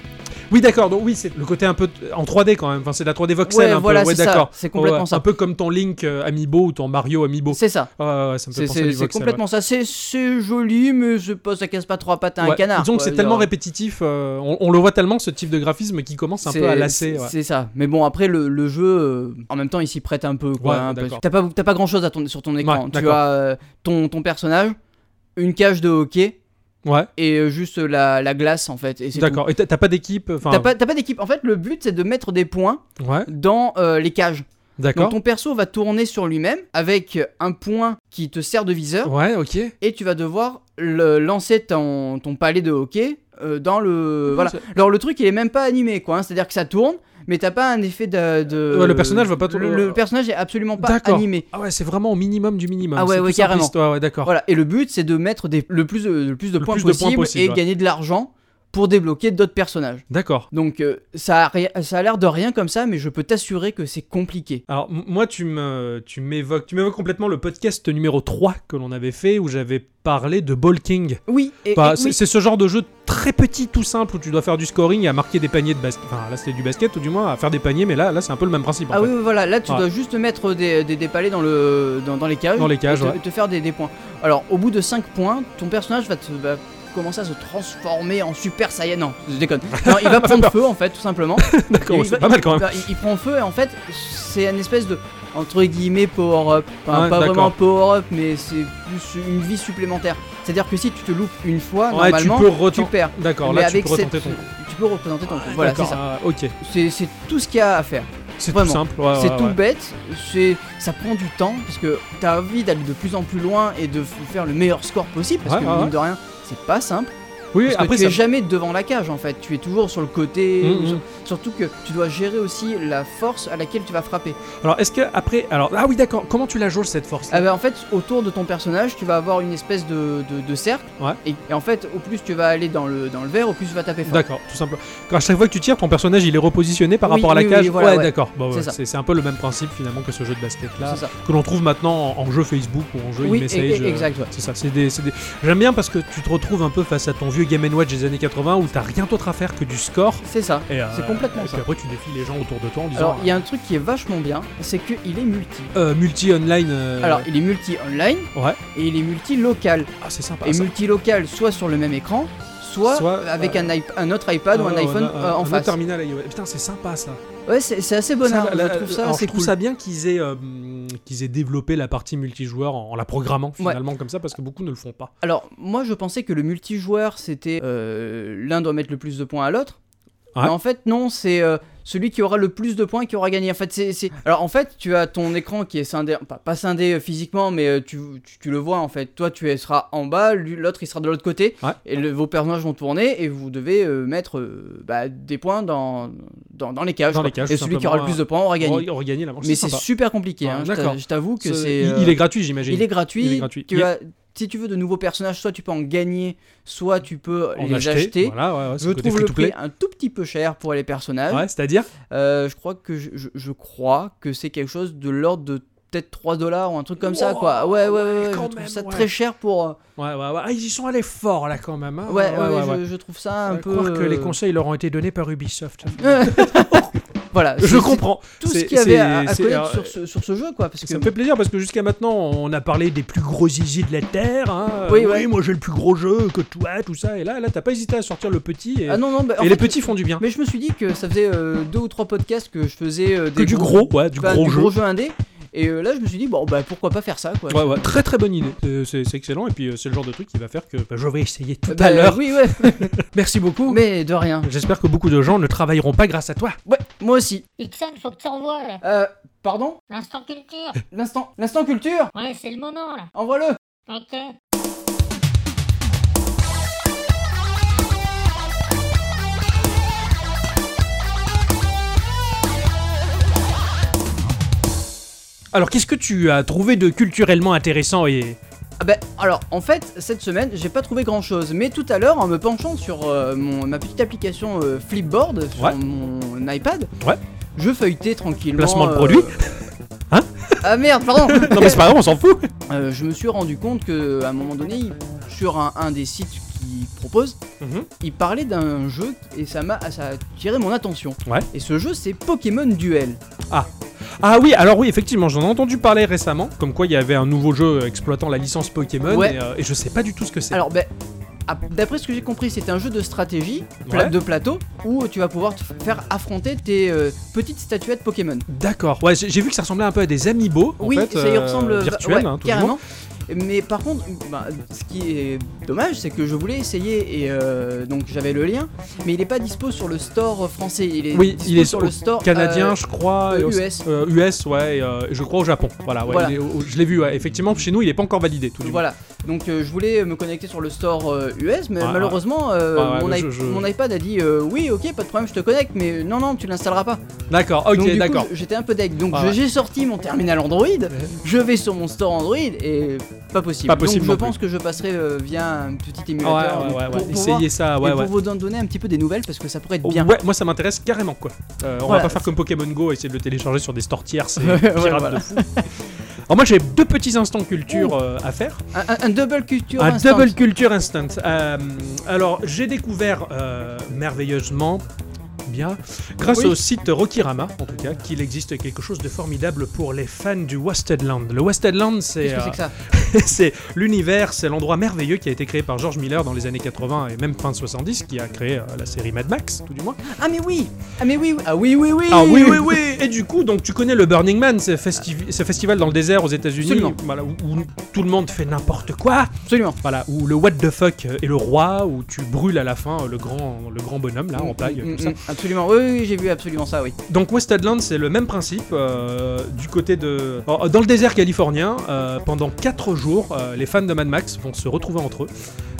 [SPEAKER 5] Oui, d'accord, donc oui, c'est le côté un peu t- en 3D quand même, enfin, c'est de la 3D voxel
[SPEAKER 3] Ouais,
[SPEAKER 5] un
[SPEAKER 3] voilà,
[SPEAKER 5] peu, ouais,
[SPEAKER 3] c'est ça,
[SPEAKER 5] d'accord.
[SPEAKER 3] c'est complètement
[SPEAKER 5] Ouais,
[SPEAKER 3] ça.
[SPEAKER 5] Un peu comme ton Link euh, Amiibo ou ton Mario Amiibo.
[SPEAKER 3] C'est ça.
[SPEAKER 5] Ouais, ouais, ouais, ça me fait
[SPEAKER 3] C'est
[SPEAKER 5] Oh. penser à du
[SPEAKER 3] c'est- c'est
[SPEAKER 5] voxel. ouais.
[SPEAKER 3] complètement ça. C'est- C'est joli mais c'est pas ça casse pas trois pattes à un
[SPEAKER 5] Ouais,
[SPEAKER 3] canard.
[SPEAKER 5] Disons que
[SPEAKER 3] quoi,
[SPEAKER 5] c'est
[SPEAKER 3] je
[SPEAKER 5] tellement
[SPEAKER 3] veux dire.
[SPEAKER 5] répétitif, euh, on, on le voit tellement ce type de graphisme qui commence un peu à lasser.
[SPEAKER 3] c'est-
[SPEAKER 5] ouais.
[SPEAKER 3] C'est ça. Mais bon, après, le, le jeu, euh, en même temps, il s'y prête un peu. quoi,
[SPEAKER 5] Ouais,
[SPEAKER 3] hein, parce que
[SPEAKER 5] d'accord.
[SPEAKER 3] T'as pas, t'as pas grand chose à ton, sur ton écran.
[SPEAKER 5] Ouais,
[SPEAKER 3] tu
[SPEAKER 5] d'accord.
[SPEAKER 3] as euh, ton, ton personnage, une cage de hockey
[SPEAKER 5] Ouais,
[SPEAKER 3] et euh, juste la, la glace, en fait. et c'est
[SPEAKER 5] d'accord. Et t'as t'as pas d'équipe euh,
[SPEAKER 3] tout.
[SPEAKER 5] enfin,
[SPEAKER 3] T'as pas, t'as pas d'équipe. En fait, le but, c'est de mettre des points
[SPEAKER 5] Ouais,
[SPEAKER 3] dans euh, les cages. Donc,
[SPEAKER 5] d'accord.
[SPEAKER 3] ton perso va tourner sur lui-même avec un point qui te sert de viseur
[SPEAKER 5] Ouais, ok.
[SPEAKER 3] et tu vas devoir le- lancer ton, ton palet de hockey euh, dans le. Voilà. Alors le truc il est même pas animé quoi, hein. c'est-à-dire que ça tourne, mais t'as pas un effet de. de-
[SPEAKER 5] Ouais, le personnage va pas tourner.
[SPEAKER 3] Le, le personnage est absolument pas
[SPEAKER 5] D'accord.
[SPEAKER 3] animé.
[SPEAKER 5] Ah ouais, c'est vraiment au minimum du minimum.
[SPEAKER 3] Ah ouais,
[SPEAKER 5] c'est
[SPEAKER 3] ouais,
[SPEAKER 5] plus
[SPEAKER 3] carrément.
[SPEAKER 5] simpliste, ouais, ouais, d'accord.
[SPEAKER 3] Voilà. Et le but c'est de mettre des, le plus de, le plus de
[SPEAKER 5] Le
[SPEAKER 3] points
[SPEAKER 5] plus de points
[SPEAKER 3] possible
[SPEAKER 5] possible,
[SPEAKER 3] et
[SPEAKER 5] ouais.
[SPEAKER 3] gagner de l'argent pour débloquer d'autres personnages.
[SPEAKER 5] D'accord.
[SPEAKER 3] Donc euh, ça a, ri- ça a l'air de rien comme ça, mais je peux t'assurer que c'est compliqué.
[SPEAKER 5] Alors m- moi tu me tu m'évoques tu m'évoques complètement le podcast numéro 3 que l'on avait fait où j'avais parlé de Balking.
[SPEAKER 3] Oui, et,
[SPEAKER 5] Enfin,
[SPEAKER 3] et
[SPEAKER 5] Bah, c'est
[SPEAKER 3] oui.
[SPEAKER 5] c'est ce genre de jeu très petit tout simple où tu dois faire du scoring et à marquer des paniers de basket. Enfin là c'était du basket ou du moins à faire des paniers mais là là c'est un peu le même principe. en
[SPEAKER 3] Ah
[SPEAKER 5] fait.
[SPEAKER 3] oui, oui, voilà, là tu
[SPEAKER 5] Ouais.
[SPEAKER 3] dois juste mettre des, des, des palets dans, le, dans, dans les cages.
[SPEAKER 5] Dans les cages,
[SPEAKER 3] et te,
[SPEAKER 5] ouais.
[SPEAKER 3] te faire des, des points. Alors, au bout de 5 points, ton personnage va, te, va commencer à se transformer en Super Saiyan. Non, je
[SPEAKER 5] (laughs)
[SPEAKER 3] déconne. Non, il va prendre feu en fait, tout simplement.
[SPEAKER 5] (laughs) D'accord,
[SPEAKER 3] Et il
[SPEAKER 5] c'est
[SPEAKER 3] va-
[SPEAKER 5] pas mal quand même.
[SPEAKER 3] bah, il, il prend feu et en fait, c'est une espèce de entre guillemets power up. Enfin,
[SPEAKER 5] Ouais,
[SPEAKER 3] pas
[SPEAKER 5] d'accord.
[SPEAKER 3] vraiment power up, mais c'est plus une vie supplémentaire. C'est-à-dire que si tu te loupes une fois,
[SPEAKER 5] Ouais, tu
[SPEAKER 3] normalement,
[SPEAKER 5] peux retent-
[SPEAKER 3] perds.
[SPEAKER 5] D'accord,
[SPEAKER 3] mais
[SPEAKER 5] là tu
[SPEAKER 3] avec
[SPEAKER 5] peux retenter
[SPEAKER 3] cette-
[SPEAKER 5] ton
[SPEAKER 3] tu peux représenter ton coup. Voilà, c'est
[SPEAKER 5] D'accord,
[SPEAKER 3] ça.
[SPEAKER 5] ah, OK.
[SPEAKER 3] C'est c'est tout ce qu'il y a à faire.
[SPEAKER 5] C'est tout
[SPEAKER 3] Vraiment.
[SPEAKER 5] simple. ouais,
[SPEAKER 3] c'est
[SPEAKER 5] ouais,
[SPEAKER 3] tout
[SPEAKER 5] ouais.
[SPEAKER 3] bête, c'est ça prend du temps parce que t'as envie d'aller de plus en plus loin et de f- faire le meilleur score possible parce
[SPEAKER 5] Ouais,
[SPEAKER 3] que
[SPEAKER 5] ouais,
[SPEAKER 3] mine
[SPEAKER 5] ouais.
[SPEAKER 3] de rien, c'est pas simple.
[SPEAKER 5] Oui,
[SPEAKER 3] Parce que
[SPEAKER 5] après
[SPEAKER 3] tu
[SPEAKER 5] ça
[SPEAKER 3] es jamais devant la cage en fait, tu es toujours sur le côté.
[SPEAKER 5] Mhm.
[SPEAKER 3] ou sur- Surtout que tu dois gérer aussi la force à laquelle tu vas frapper.
[SPEAKER 5] Alors, est-ce que après, alors ah oui, d'accord. Comment tu la jauges cette force
[SPEAKER 3] Ah bah, en fait, autour de ton personnage, tu vas avoir une espèce de, de- de cercle
[SPEAKER 5] Ouais.
[SPEAKER 3] et, et en fait, au plus tu vas aller dans le dans le vert, au plus tu vas taper fort.
[SPEAKER 5] D'accord, tout simplement. Quand à chaque fois que tu tires, ton personnage il est repositionné par
[SPEAKER 3] Oui,
[SPEAKER 5] rapport à la
[SPEAKER 3] oui, oui,
[SPEAKER 5] cage.
[SPEAKER 3] voilà,
[SPEAKER 5] ouais,
[SPEAKER 3] ouais.
[SPEAKER 5] d'accord. Bah ouais,
[SPEAKER 3] C'est ça.
[SPEAKER 5] c'est c'est un peu le même principe finalement que ce jeu de basket là,
[SPEAKER 3] C'est ça.
[SPEAKER 5] que l'on trouve maintenant en, en jeu Facebook ou en jeu
[SPEAKER 3] Oui, e-,
[SPEAKER 5] e-message.
[SPEAKER 3] et- et-
[SPEAKER 5] euh,
[SPEAKER 3] exact, ouais.
[SPEAKER 5] C'est ça. C'est des, c'est des- J'aime bien parce que tu te retrouves un peu face à ton vieux Game Watch des années 80 où t'as rien d'autre à faire que du score.
[SPEAKER 3] C'est ça.
[SPEAKER 5] Et, euh,
[SPEAKER 3] C'est complètement
[SPEAKER 5] et puis
[SPEAKER 3] ça.
[SPEAKER 5] après tu défies les gens autour de toi en disant
[SPEAKER 3] Alors, il y a un truc qui est vachement bien, c'est qu'il est multi.
[SPEAKER 5] euh, multi online. euh,
[SPEAKER 3] Alors, il est multi online
[SPEAKER 5] ouais.
[SPEAKER 3] et il est multi local.
[SPEAKER 5] Ah c'est sympa.
[SPEAKER 3] et
[SPEAKER 5] ça.
[SPEAKER 3] multilocal soit sur le même écran, soit,
[SPEAKER 5] Soit,
[SPEAKER 3] avec
[SPEAKER 5] euh,
[SPEAKER 3] un, iP- un autre iPad ou un
[SPEAKER 5] Ah,
[SPEAKER 3] iPhone
[SPEAKER 5] on a-
[SPEAKER 3] euh,
[SPEAKER 5] un
[SPEAKER 3] en
[SPEAKER 5] autre
[SPEAKER 3] face.
[SPEAKER 5] terminal iOS. Putain c'est sympa ça.
[SPEAKER 3] Ouais, c'est c'est assez bon.
[SPEAKER 5] Ça, la-
[SPEAKER 3] je
[SPEAKER 5] la-
[SPEAKER 3] trouve ça
[SPEAKER 5] alors, je
[SPEAKER 3] assez
[SPEAKER 5] trouve
[SPEAKER 3] cool.
[SPEAKER 5] ça bien qu'ils aient, euh, hum, qu'ils aient développé la partie multijoueur en, en la programmant finalement comme ça parce que beaucoup ne le font pas.
[SPEAKER 3] Alors, moi, je pensais que le multijoueur, c'était euh, l'un doit mettre le plus de points à l'autre.
[SPEAKER 5] Ouais.
[SPEAKER 3] Mais en fait, non, c'est euh, celui qui aura le plus de points qui aura gagné. En fait, c'est, c'est- Alors, en fait, tu as ton écran qui est scindé, pas, pas scindé euh, physiquement, mais euh, tu, tu, tu le vois en fait. Toi, tu es- seras en bas, lui- l'autre, il sera de l'autre côté.
[SPEAKER 5] Ouais.
[SPEAKER 3] Et le- vos personnages vont tourner et vous devez euh, mettre euh, bah, des points dans, dans, dans les cages.
[SPEAKER 5] Dans
[SPEAKER 3] quoi.
[SPEAKER 5] les cages,
[SPEAKER 3] et
[SPEAKER 5] tout
[SPEAKER 3] celui qui aura le
[SPEAKER 5] simplement,
[SPEAKER 3] plus de points aura gagné.
[SPEAKER 5] Re- Regagner la manche.
[SPEAKER 3] Mais
[SPEAKER 5] c'est
[SPEAKER 3] c'est
[SPEAKER 5] sympa.
[SPEAKER 3] super compliqué.
[SPEAKER 5] Ouais,
[SPEAKER 3] hein. Je
[SPEAKER 5] d'accord.
[SPEAKER 3] t'a- Je t'avoue que
[SPEAKER 5] Ce-
[SPEAKER 3] c'est.
[SPEAKER 5] il,
[SPEAKER 3] euh,
[SPEAKER 5] il est gratuit j'imagine.
[SPEAKER 3] il est gratuit.
[SPEAKER 5] Il est gratuit.
[SPEAKER 3] Tu
[SPEAKER 5] Il est-
[SPEAKER 3] as- si tu veux de nouveaux personnages, soit tu peux en gagner, soit tu peux
[SPEAKER 5] En
[SPEAKER 3] les acheter.
[SPEAKER 5] Voilà, ouais, ouais, c'est
[SPEAKER 3] Je
[SPEAKER 5] côté
[SPEAKER 3] trouve le
[SPEAKER 5] free-to-play.
[SPEAKER 3] prix ah un tout petit peu cher pour les personnages.
[SPEAKER 5] Ouais, c'est-à-dire
[SPEAKER 3] Euh, je crois que je, je- je crois que c'est quelque chose de l'ordre de peut-être 3 dollars ou un truc comme ça quoi.
[SPEAKER 5] Wow,
[SPEAKER 3] Ouais ouais ouais,
[SPEAKER 5] ouais,
[SPEAKER 3] ouais, je
[SPEAKER 5] quand
[SPEAKER 3] trouve
[SPEAKER 5] même,
[SPEAKER 3] ça
[SPEAKER 5] ouais.
[SPEAKER 3] très cher pour euh,
[SPEAKER 5] Ouais, ouais, ouais. Ah, ils y sont allés fort là quand même. hein.
[SPEAKER 3] ouais, ouais,
[SPEAKER 5] ouais,
[SPEAKER 3] je,
[SPEAKER 5] ouais.
[SPEAKER 3] je trouve ça un
[SPEAKER 5] Euh,
[SPEAKER 3] peu
[SPEAKER 5] croire que les
[SPEAKER 3] euh,
[SPEAKER 5] conseils leur ont été donnés par Ubisoft.
[SPEAKER 3] Voilà, c'est-
[SPEAKER 5] Je
[SPEAKER 3] c'est
[SPEAKER 5] comprends.
[SPEAKER 3] tout ce
[SPEAKER 5] C'est-
[SPEAKER 3] qu'il y avait
[SPEAKER 5] c'est-
[SPEAKER 3] à, à
[SPEAKER 5] c'est-
[SPEAKER 3] connaître
[SPEAKER 5] alors,
[SPEAKER 3] sur ce, sur ce jeu quoi parce
[SPEAKER 5] Ça
[SPEAKER 3] que
[SPEAKER 5] me fait plaisir parce que jusqu'à maintenant, on a parlé des plus gros zizi de la Terre. hein.
[SPEAKER 3] Oui, ouais.
[SPEAKER 5] moi j'ai le plus gros jeu que toi, tout ça. Et là, là t'as pas hésité à sortir le petit. Et,
[SPEAKER 3] Ah non non bah, en
[SPEAKER 5] et les
[SPEAKER 3] fait,
[SPEAKER 5] petits font du bien.
[SPEAKER 3] mais je me suis dit que ça faisait euh, deux ou trois podcasts que je faisais euh,
[SPEAKER 5] Que
[SPEAKER 3] des
[SPEAKER 5] du
[SPEAKER 3] gros-
[SPEAKER 5] gros, ouais, du
[SPEAKER 3] bah,
[SPEAKER 5] gros
[SPEAKER 3] du
[SPEAKER 5] jeu.
[SPEAKER 3] gros jeu indé. Et euh, là, je me suis dit, bon, bah pourquoi pas faire ça, quoi.
[SPEAKER 5] Ouais, ouais, très très bonne idée. C'est- C'est c'est excellent. Et puis euh, c'est le genre de truc qui va faire que bah, je vais essayer tout
[SPEAKER 3] Bah,
[SPEAKER 5] à l'heure.
[SPEAKER 3] Oui, ouais, (laughs)
[SPEAKER 5] Merci beaucoup.
[SPEAKER 3] mais de rien.
[SPEAKER 5] J'espère que beaucoup de gens ne travailleront pas grâce à toi.
[SPEAKER 3] Ouais, moi aussi.
[SPEAKER 7] Ixon, faut que tu revoies là.
[SPEAKER 3] Euh, pardon
[SPEAKER 7] L'instant culture.
[SPEAKER 3] L'instant l'instant culture
[SPEAKER 7] Ouais, c'est le moment là.
[SPEAKER 3] Envoie-le
[SPEAKER 7] Ok.
[SPEAKER 5] Alors qu'est-ce que tu as trouvé de culturellement intéressant et
[SPEAKER 3] Ah bah, alors, en fait, cette semaine, j'ai pas trouvé grand-chose. Mais tout à l'heure, en me penchant sur euh, mon, ma petite application euh, Flipboard, sur
[SPEAKER 5] Ouais.
[SPEAKER 3] mon iPad,
[SPEAKER 5] Ouais.
[SPEAKER 3] je feuilletais tranquillement...
[SPEAKER 5] Placement de
[SPEAKER 3] euh,
[SPEAKER 5] produit Hein
[SPEAKER 3] Ah merde, pardon
[SPEAKER 5] (laughs) non mais c'est pas grave, on s'en fout.
[SPEAKER 3] Euh, je me suis rendu compte que à un moment donné, il- sur un, un des sites qui propose,
[SPEAKER 5] Mhm.
[SPEAKER 3] il parlait d'un jeu et ça m'a ça a attiré mon attention.
[SPEAKER 5] Ouais.
[SPEAKER 3] Et ce jeu, c'est Pokémon Duel.
[SPEAKER 5] Ah oui, alors oui, effectivement, j'en ai entendu parler récemment, comme quoi il y avait un nouveau jeu exploitant la licence Pokémon
[SPEAKER 3] Ouais.
[SPEAKER 5] et, euh, et je sais pas du tout ce que c'est.
[SPEAKER 3] Alors, ben, à- d'après ce que j'ai compris, c'est un jeu de stratégie, pla-
[SPEAKER 5] Ouais.
[SPEAKER 3] de plateau, où tu vas pouvoir te faire affronter tes euh, petites statuettes Pokémon.
[SPEAKER 5] D'accord. Ouais, j'ai j'ai vu que ça ressemblait un peu à des amiibo en
[SPEAKER 3] oui,
[SPEAKER 5] fait,
[SPEAKER 3] ça y
[SPEAKER 5] euh,
[SPEAKER 3] ressemble va-
[SPEAKER 5] virtuels,
[SPEAKER 3] ouais,
[SPEAKER 5] hein, tout du moins.
[SPEAKER 3] carrément. Mais par contre, bah, ce qui est dommage, c'est que je voulais essayer et euh, donc j'avais le lien, mais il n'est pas dispo sur le store français. Il est
[SPEAKER 5] Oui,
[SPEAKER 3] dispo
[SPEAKER 5] il est
[SPEAKER 3] sur le
[SPEAKER 5] au
[SPEAKER 3] store
[SPEAKER 5] Canadien,
[SPEAKER 3] euh,
[SPEAKER 5] je crois. et
[SPEAKER 3] euh,
[SPEAKER 5] au-
[SPEAKER 3] US.
[SPEAKER 5] euh, US, ouais, et, euh, je crois au Japon. Voilà, ouais,
[SPEAKER 3] Voilà.
[SPEAKER 5] il est au- au- je l'ai vu, ouais. effectivement, chez nous, il est pas encore validé. Tout du
[SPEAKER 3] Voilà. Donc euh, je voulais me connecter sur le store euh, US, mais
[SPEAKER 5] Ouais,
[SPEAKER 3] malheureusement euh,
[SPEAKER 5] Ouais, ouais,
[SPEAKER 3] mon,
[SPEAKER 5] mais
[SPEAKER 3] i-
[SPEAKER 5] je- je-
[SPEAKER 3] mon iPad a dit euh, oui, ok, pas de problème, je te connecte, mais non, non, tu l'installeras pas.
[SPEAKER 5] moins. D'accord, ok,
[SPEAKER 3] Donc, du coup,
[SPEAKER 5] d'accord. Ah
[SPEAKER 3] J'étais un peu deg. Donc
[SPEAKER 5] Ouais,
[SPEAKER 3] je-
[SPEAKER 5] ouais.
[SPEAKER 3] j'ai sorti mon terminal Android, je vais sur mon store Android et Pas possible.
[SPEAKER 5] Pas possible
[SPEAKER 3] Donc je
[SPEAKER 5] non
[SPEAKER 3] pense que je passerai euh, via un petit
[SPEAKER 5] Ouais, ouais,
[SPEAKER 3] émulateur. euh,
[SPEAKER 5] ouais, ouais,
[SPEAKER 3] pour- pour voir.
[SPEAKER 5] Essayez ça, ouais,
[SPEAKER 3] et pour
[SPEAKER 5] ouais.
[SPEAKER 3] vous en donner un petit peu des nouvelles parce que ça pourrait être
[SPEAKER 5] Oh,
[SPEAKER 3] bien.
[SPEAKER 5] ouais, moi ça m'intéresse carrément quoi. Euh, on
[SPEAKER 3] Voilà.
[SPEAKER 5] va pas faire comme Pokémon Go, essayer de le télécharger sur des stores tiers, c'est
[SPEAKER 3] (laughs) Ouais,
[SPEAKER 5] pirate
[SPEAKER 3] voilà.
[SPEAKER 5] de fou. Alors moi j'ai deux petits instants culture euh, à faire.
[SPEAKER 3] Un, un- un double culture.
[SPEAKER 5] Un
[SPEAKER 3] instant.
[SPEAKER 5] double culture instant. Euh, alors j'ai découvert euh, merveilleusement bien, grâce
[SPEAKER 3] Oui.
[SPEAKER 5] au site Rokirama en tout cas, qu'il existe quelque chose de formidable pour les fans du Wasted Land. Le Wasted Land c'est
[SPEAKER 3] Qu'est-ce
[SPEAKER 5] euh,
[SPEAKER 3] que c'est que ça
[SPEAKER 5] (laughs) c'est l'univers, c'est l'endroit merveilleux qui a été créé par George Miller dans les années 80 et même fin 70, qui a créé euh, la série Mad Max, tout du moins.
[SPEAKER 3] Ah mais oui Ah mais oui, oui. Ah oui oui oui
[SPEAKER 5] Ah oui, oui, oui Et du coup, donc tu connais le Burning Man, ce, festivi- ce festival dans le désert aux États-Unis,
[SPEAKER 3] Absolument.
[SPEAKER 5] voilà, où, où tout le monde fait n'importe quoi.
[SPEAKER 3] Absolument.
[SPEAKER 5] Voilà, où le What the fuck est le roi, où tu brûles à la fin euh, le grand, le grand bonhomme là en
[SPEAKER 3] Mm,
[SPEAKER 5] paille,
[SPEAKER 3] mm,
[SPEAKER 5] comme
[SPEAKER 3] mm,
[SPEAKER 5] ça.
[SPEAKER 3] mm. Absolument, oui, oui, oui, j'ai vu absolument ça, oui.
[SPEAKER 5] Donc Westadland, c'est le même principe euh, du côté de... Alors, Dans le désert californien, euh, pendant 4 jours, euh, les fans de Mad Max vont se retrouver entre eux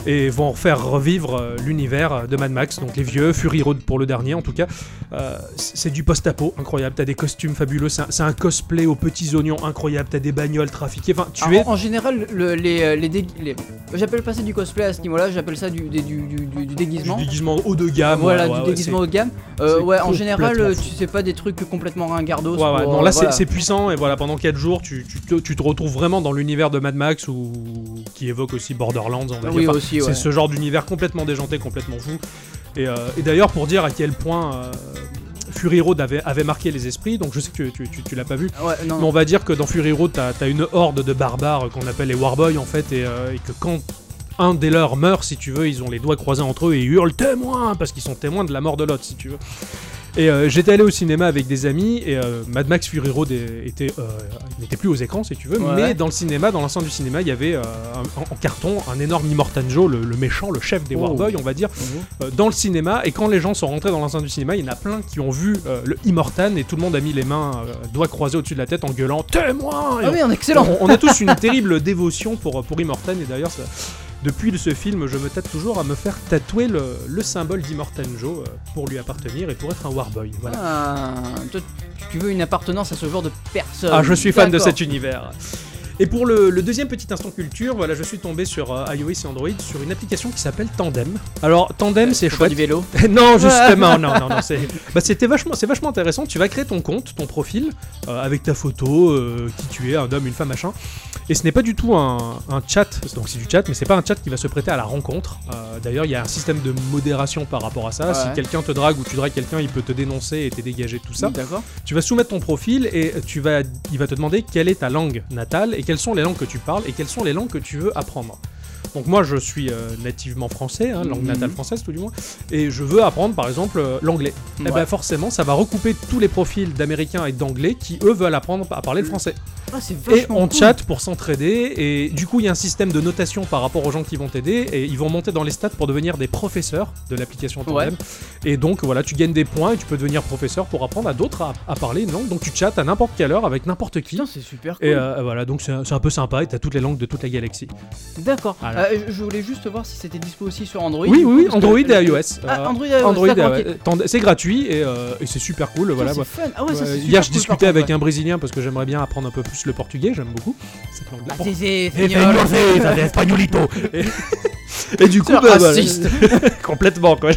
[SPEAKER 5] et vont faire revivre euh, l'univers de Mad Max, donc les vieux, Fury Road pour le dernier en tout cas. Euh, c- c'est du post-apo incroyable, t'as des costumes fabuleux, c'est un, c'est un cosplay aux petits oignons incroyable, t'as des bagnoles trafiquées, enfin tu
[SPEAKER 3] Alors,
[SPEAKER 5] es...
[SPEAKER 3] Ah, en, en général, le- les, euh, les, dég- les- j'appelle pas ça du cosplay à ce niveau-là, j'appelle ça du, des- du, du- du- du
[SPEAKER 5] Du
[SPEAKER 3] déguisement.
[SPEAKER 5] déguisement haut de gamme.
[SPEAKER 3] voilà,
[SPEAKER 5] Ah, ouais,
[SPEAKER 3] du
[SPEAKER 5] ouais, ouais,
[SPEAKER 3] déguisement
[SPEAKER 5] c'est-
[SPEAKER 3] haut de gamme. Euh,
[SPEAKER 5] c'est
[SPEAKER 3] ouais, en général,
[SPEAKER 5] complètement
[SPEAKER 3] euh,
[SPEAKER 5] fou.
[SPEAKER 3] tu sais pas des trucs complètement ringardos.
[SPEAKER 5] Ouais, ouais,
[SPEAKER 3] pour,
[SPEAKER 5] non,
[SPEAKER 3] euh,
[SPEAKER 5] là c'est-
[SPEAKER 3] voilà.
[SPEAKER 5] c'est puissant et voilà, pendant 4 jours, tu, tu te, tu te retrouves vraiment dans l'univers de Mad Max ou qui évoque aussi Borderlands, on va
[SPEAKER 3] Oui,
[SPEAKER 5] dire. Enfin,
[SPEAKER 3] aussi, ouais.
[SPEAKER 5] C'est ce genre d'univers complètement déjanté, complètement fou. Et, euh, et d'ailleurs, pour dire à quel point euh, Fury Road avait, avait marqué les esprits, donc je sais que tu, tu- tu l'as pas vu,
[SPEAKER 3] Ah Ouais, non,
[SPEAKER 5] mais on va dire que dans Fury Road, t'as as une horde de barbares qu'on appelle les Warboys en fait, et, euh, et que quand un des leurs meurt, si tu veux, ils ont les doigts croisés entre eux et ils hurlent témoin parce qu'ils sont témoins de la mort de l'autre, si tu veux. Et euh, j'étais allé au cinéma avec des amis et euh, Mad Max Fury Road est- était, euh, il n'était plus aux écrans, si tu veux,
[SPEAKER 3] Ouais.
[SPEAKER 5] mais dans le cinéma, dans l'enceinte du cinéma, il y avait euh, un- en, en carton un énorme Immortanjo, le, le méchant, le chef des
[SPEAKER 3] Oh.
[SPEAKER 5] Warboys, on va dire, euh, dans le cinéma. Et quand les gens sont rentrés dans l'enceinte du cinéma, il y en a plein qui ont vu euh, le Immortan et tout le monde a mis les mains, euh, doigts croisés au-dessus de la tête en gueulant Témoin Et
[SPEAKER 3] Ah
[SPEAKER 5] on-
[SPEAKER 3] oui, on est excellent.
[SPEAKER 5] on, on a tous une terrible dévotion pour, euh, pour Immortan et d'ailleurs ça- Depuis le- ce film, je me tâte toujours à me faire tatouer le, le symbole d'Immortan Joe euh, pour lui appartenir et pour être un Warboy. Voilà.
[SPEAKER 3] Ah, toi, tu- tu veux une appartenance à ce genre de personne.
[SPEAKER 5] Ah, je suis fan de
[SPEAKER 3] D'accord.
[SPEAKER 5] cet univers. Et pour le, le deuxième petit instant culture, voilà, je suis tombé sur euh, iOS et Android sur une application qui s'appelle Tandem. Alors Tandem, c'est
[SPEAKER 3] Faut faire
[SPEAKER 5] chouette.
[SPEAKER 3] du vélo.
[SPEAKER 5] (laughs) non, justement, non, non, non. C'est, bah, c'était vachement, c'est vachement intéressant. Tu vas créer ton compte, ton profil, euh, avec ta photo, euh, qui tu es, un homme, une femme, machin. Et ce n'est pas du tout un, un chat, donc c'est du chat, mais c'est pas un chat qui va se prêter à la rencontre. Euh, d'ailleurs, il y a un système de modération par rapport à ça.
[SPEAKER 3] Ouais.
[SPEAKER 5] Si quelqu'un te drague ou tu dragues quelqu'un, il peut te dénoncer et t'es dégagé de tout ça.
[SPEAKER 3] D'accord.
[SPEAKER 5] Tu vas soumettre ton profil et tu vas, il va te demander quelle est ta langue natale et quelles sont les langues que tu parles et quelles sont les langues que tu veux apprendre. Donc moi je suis euh, nativement français, hein, langue
[SPEAKER 3] Mhm.
[SPEAKER 5] natale française tout du moins, et je veux apprendre par exemple euh, l'anglais. Et
[SPEAKER 3] Ouais.
[SPEAKER 5] ben forcément ça va recouper tous les profils d'américains et d'anglais qui eux veulent apprendre à parler le français.
[SPEAKER 3] Ah, c'est
[SPEAKER 5] Et
[SPEAKER 3] vachement
[SPEAKER 5] on
[SPEAKER 3] cool.
[SPEAKER 5] chatte pour s'entraider et du coup il y a un système de notation par rapport aux gens qui vont t'aider et ils vont monter dans les stats pour devenir des professeurs de l'application Tandem. Et donc voilà, tu gagnes des points et tu peux devenir professeur pour apprendre à d'autres à, à parler une langue. Donc tu chattes à n'importe quelle heure avec n'importe qui.
[SPEAKER 3] Putain, c'est super cool.
[SPEAKER 5] Et euh, voilà, donc c'est un c'est un peu sympa et t'as toutes les langues de toute la galaxie.
[SPEAKER 3] D'accord.
[SPEAKER 5] Voilà.
[SPEAKER 3] Euh, je- je voulais juste voir si c'était dispo aussi sur Android.
[SPEAKER 5] Oui, oui, oui,
[SPEAKER 3] Parce que-
[SPEAKER 5] Android et iOS.
[SPEAKER 3] Ah,
[SPEAKER 5] Euh,
[SPEAKER 3] Android et iOS.
[SPEAKER 5] Android et
[SPEAKER 3] d'accord, ok.
[SPEAKER 5] iOS. Tandem- C'est gratuit et, euh, et c'est super cool.
[SPEAKER 3] Putain,
[SPEAKER 5] Voilà,
[SPEAKER 3] c'est
[SPEAKER 5] moi.
[SPEAKER 3] fun. Ah ouais, ça, c'est
[SPEAKER 5] Euh,
[SPEAKER 3] super
[SPEAKER 5] Hier, je
[SPEAKER 3] cool,
[SPEAKER 5] discutais
[SPEAKER 3] par
[SPEAKER 5] avec
[SPEAKER 3] contre,
[SPEAKER 5] un Brésilien parce que j'aimerais bien apprendre un peu plus le portugais. J'aime beaucoup cette langue-là.
[SPEAKER 3] ouais. Ah, c'est espagnol.
[SPEAKER 5] espagnolito et, et du coup,
[SPEAKER 3] C'est
[SPEAKER 5] bah, voilà.
[SPEAKER 3] raciste.
[SPEAKER 5] (laughs) complètement quoi.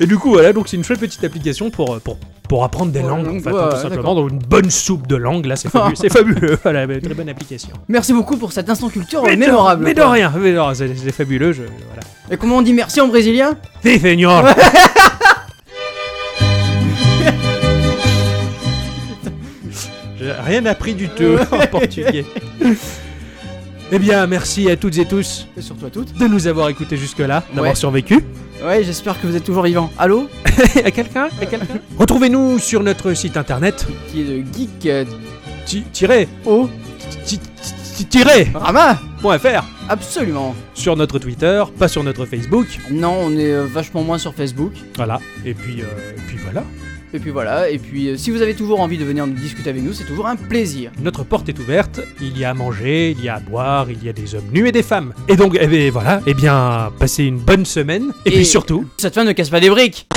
[SPEAKER 5] Et du coup, voilà, donc c'est une chouette petite application pour, pour, pour apprendre des
[SPEAKER 3] Pour la
[SPEAKER 5] langues,
[SPEAKER 3] langue,
[SPEAKER 5] en fait,
[SPEAKER 3] ouais,
[SPEAKER 5] hein, tout
[SPEAKER 3] ouais,
[SPEAKER 5] simplement. Donc une bonne soupe de langue, là, c'est
[SPEAKER 3] (laughs)
[SPEAKER 5] fabuleux. c'est fabuleux, voilà, mais très bonne application.
[SPEAKER 3] Merci beaucoup pour cet instant culture Oh, mémorable.
[SPEAKER 5] Mais de
[SPEAKER 3] quoi.
[SPEAKER 5] rien, mais de rien, c'est c'est fabuleux, je, voilà.
[SPEAKER 3] Et comment on dit merci en brésilien (laughs)
[SPEAKER 5] Des feignants J'ai rien appris du tout en
[SPEAKER 3] (laughs)
[SPEAKER 5] portugais. Eh bien, merci à toutes et tous
[SPEAKER 3] Et surtout à toutes.
[SPEAKER 5] de nous avoir écoutés jusque-là, d'avoir
[SPEAKER 3] Ouais.
[SPEAKER 5] survécu. (laughs)
[SPEAKER 3] Ouais, j'espère que vous êtes toujours vivants. Allô
[SPEAKER 5] à quelqu'un À quelqu'un Retrouvez-nous sur notre site internet
[SPEAKER 3] Qui est de geek euh,
[SPEAKER 5] ti- tiré
[SPEAKER 3] au
[SPEAKER 5] ti- ti- tiré
[SPEAKER 3] Rama
[SPEAKER 5] point fr,
[SPEAKER 3] Absolument.
[SPEAKER 5] sur notre Twitter, pas sur notre Facebook.
[SPEAKER 3] Non, on est euh, vachement moins sur Facebook.
[SPEAKER 5] Voilà. Et puis, euh, et puis voilà.
[SPEAKER 3] Et puis voilà, et puis euh, si vous avez toujours envie de venir nous discuter avec nous, c'est toujours un plaisir.
[SPEAKER 5] Notre porte est ouverte. Il y a à manger, il y a à boire, il y a des hommes nus et ben, des femmes. Et donc, eh bien, voilà. Eh bien, passez une bonne semaine. et
[SPEAKER 3] Et-
[SPEAKER 5] puis surtout.
[SPEAKER 3] Cette fin ne casse pas des briques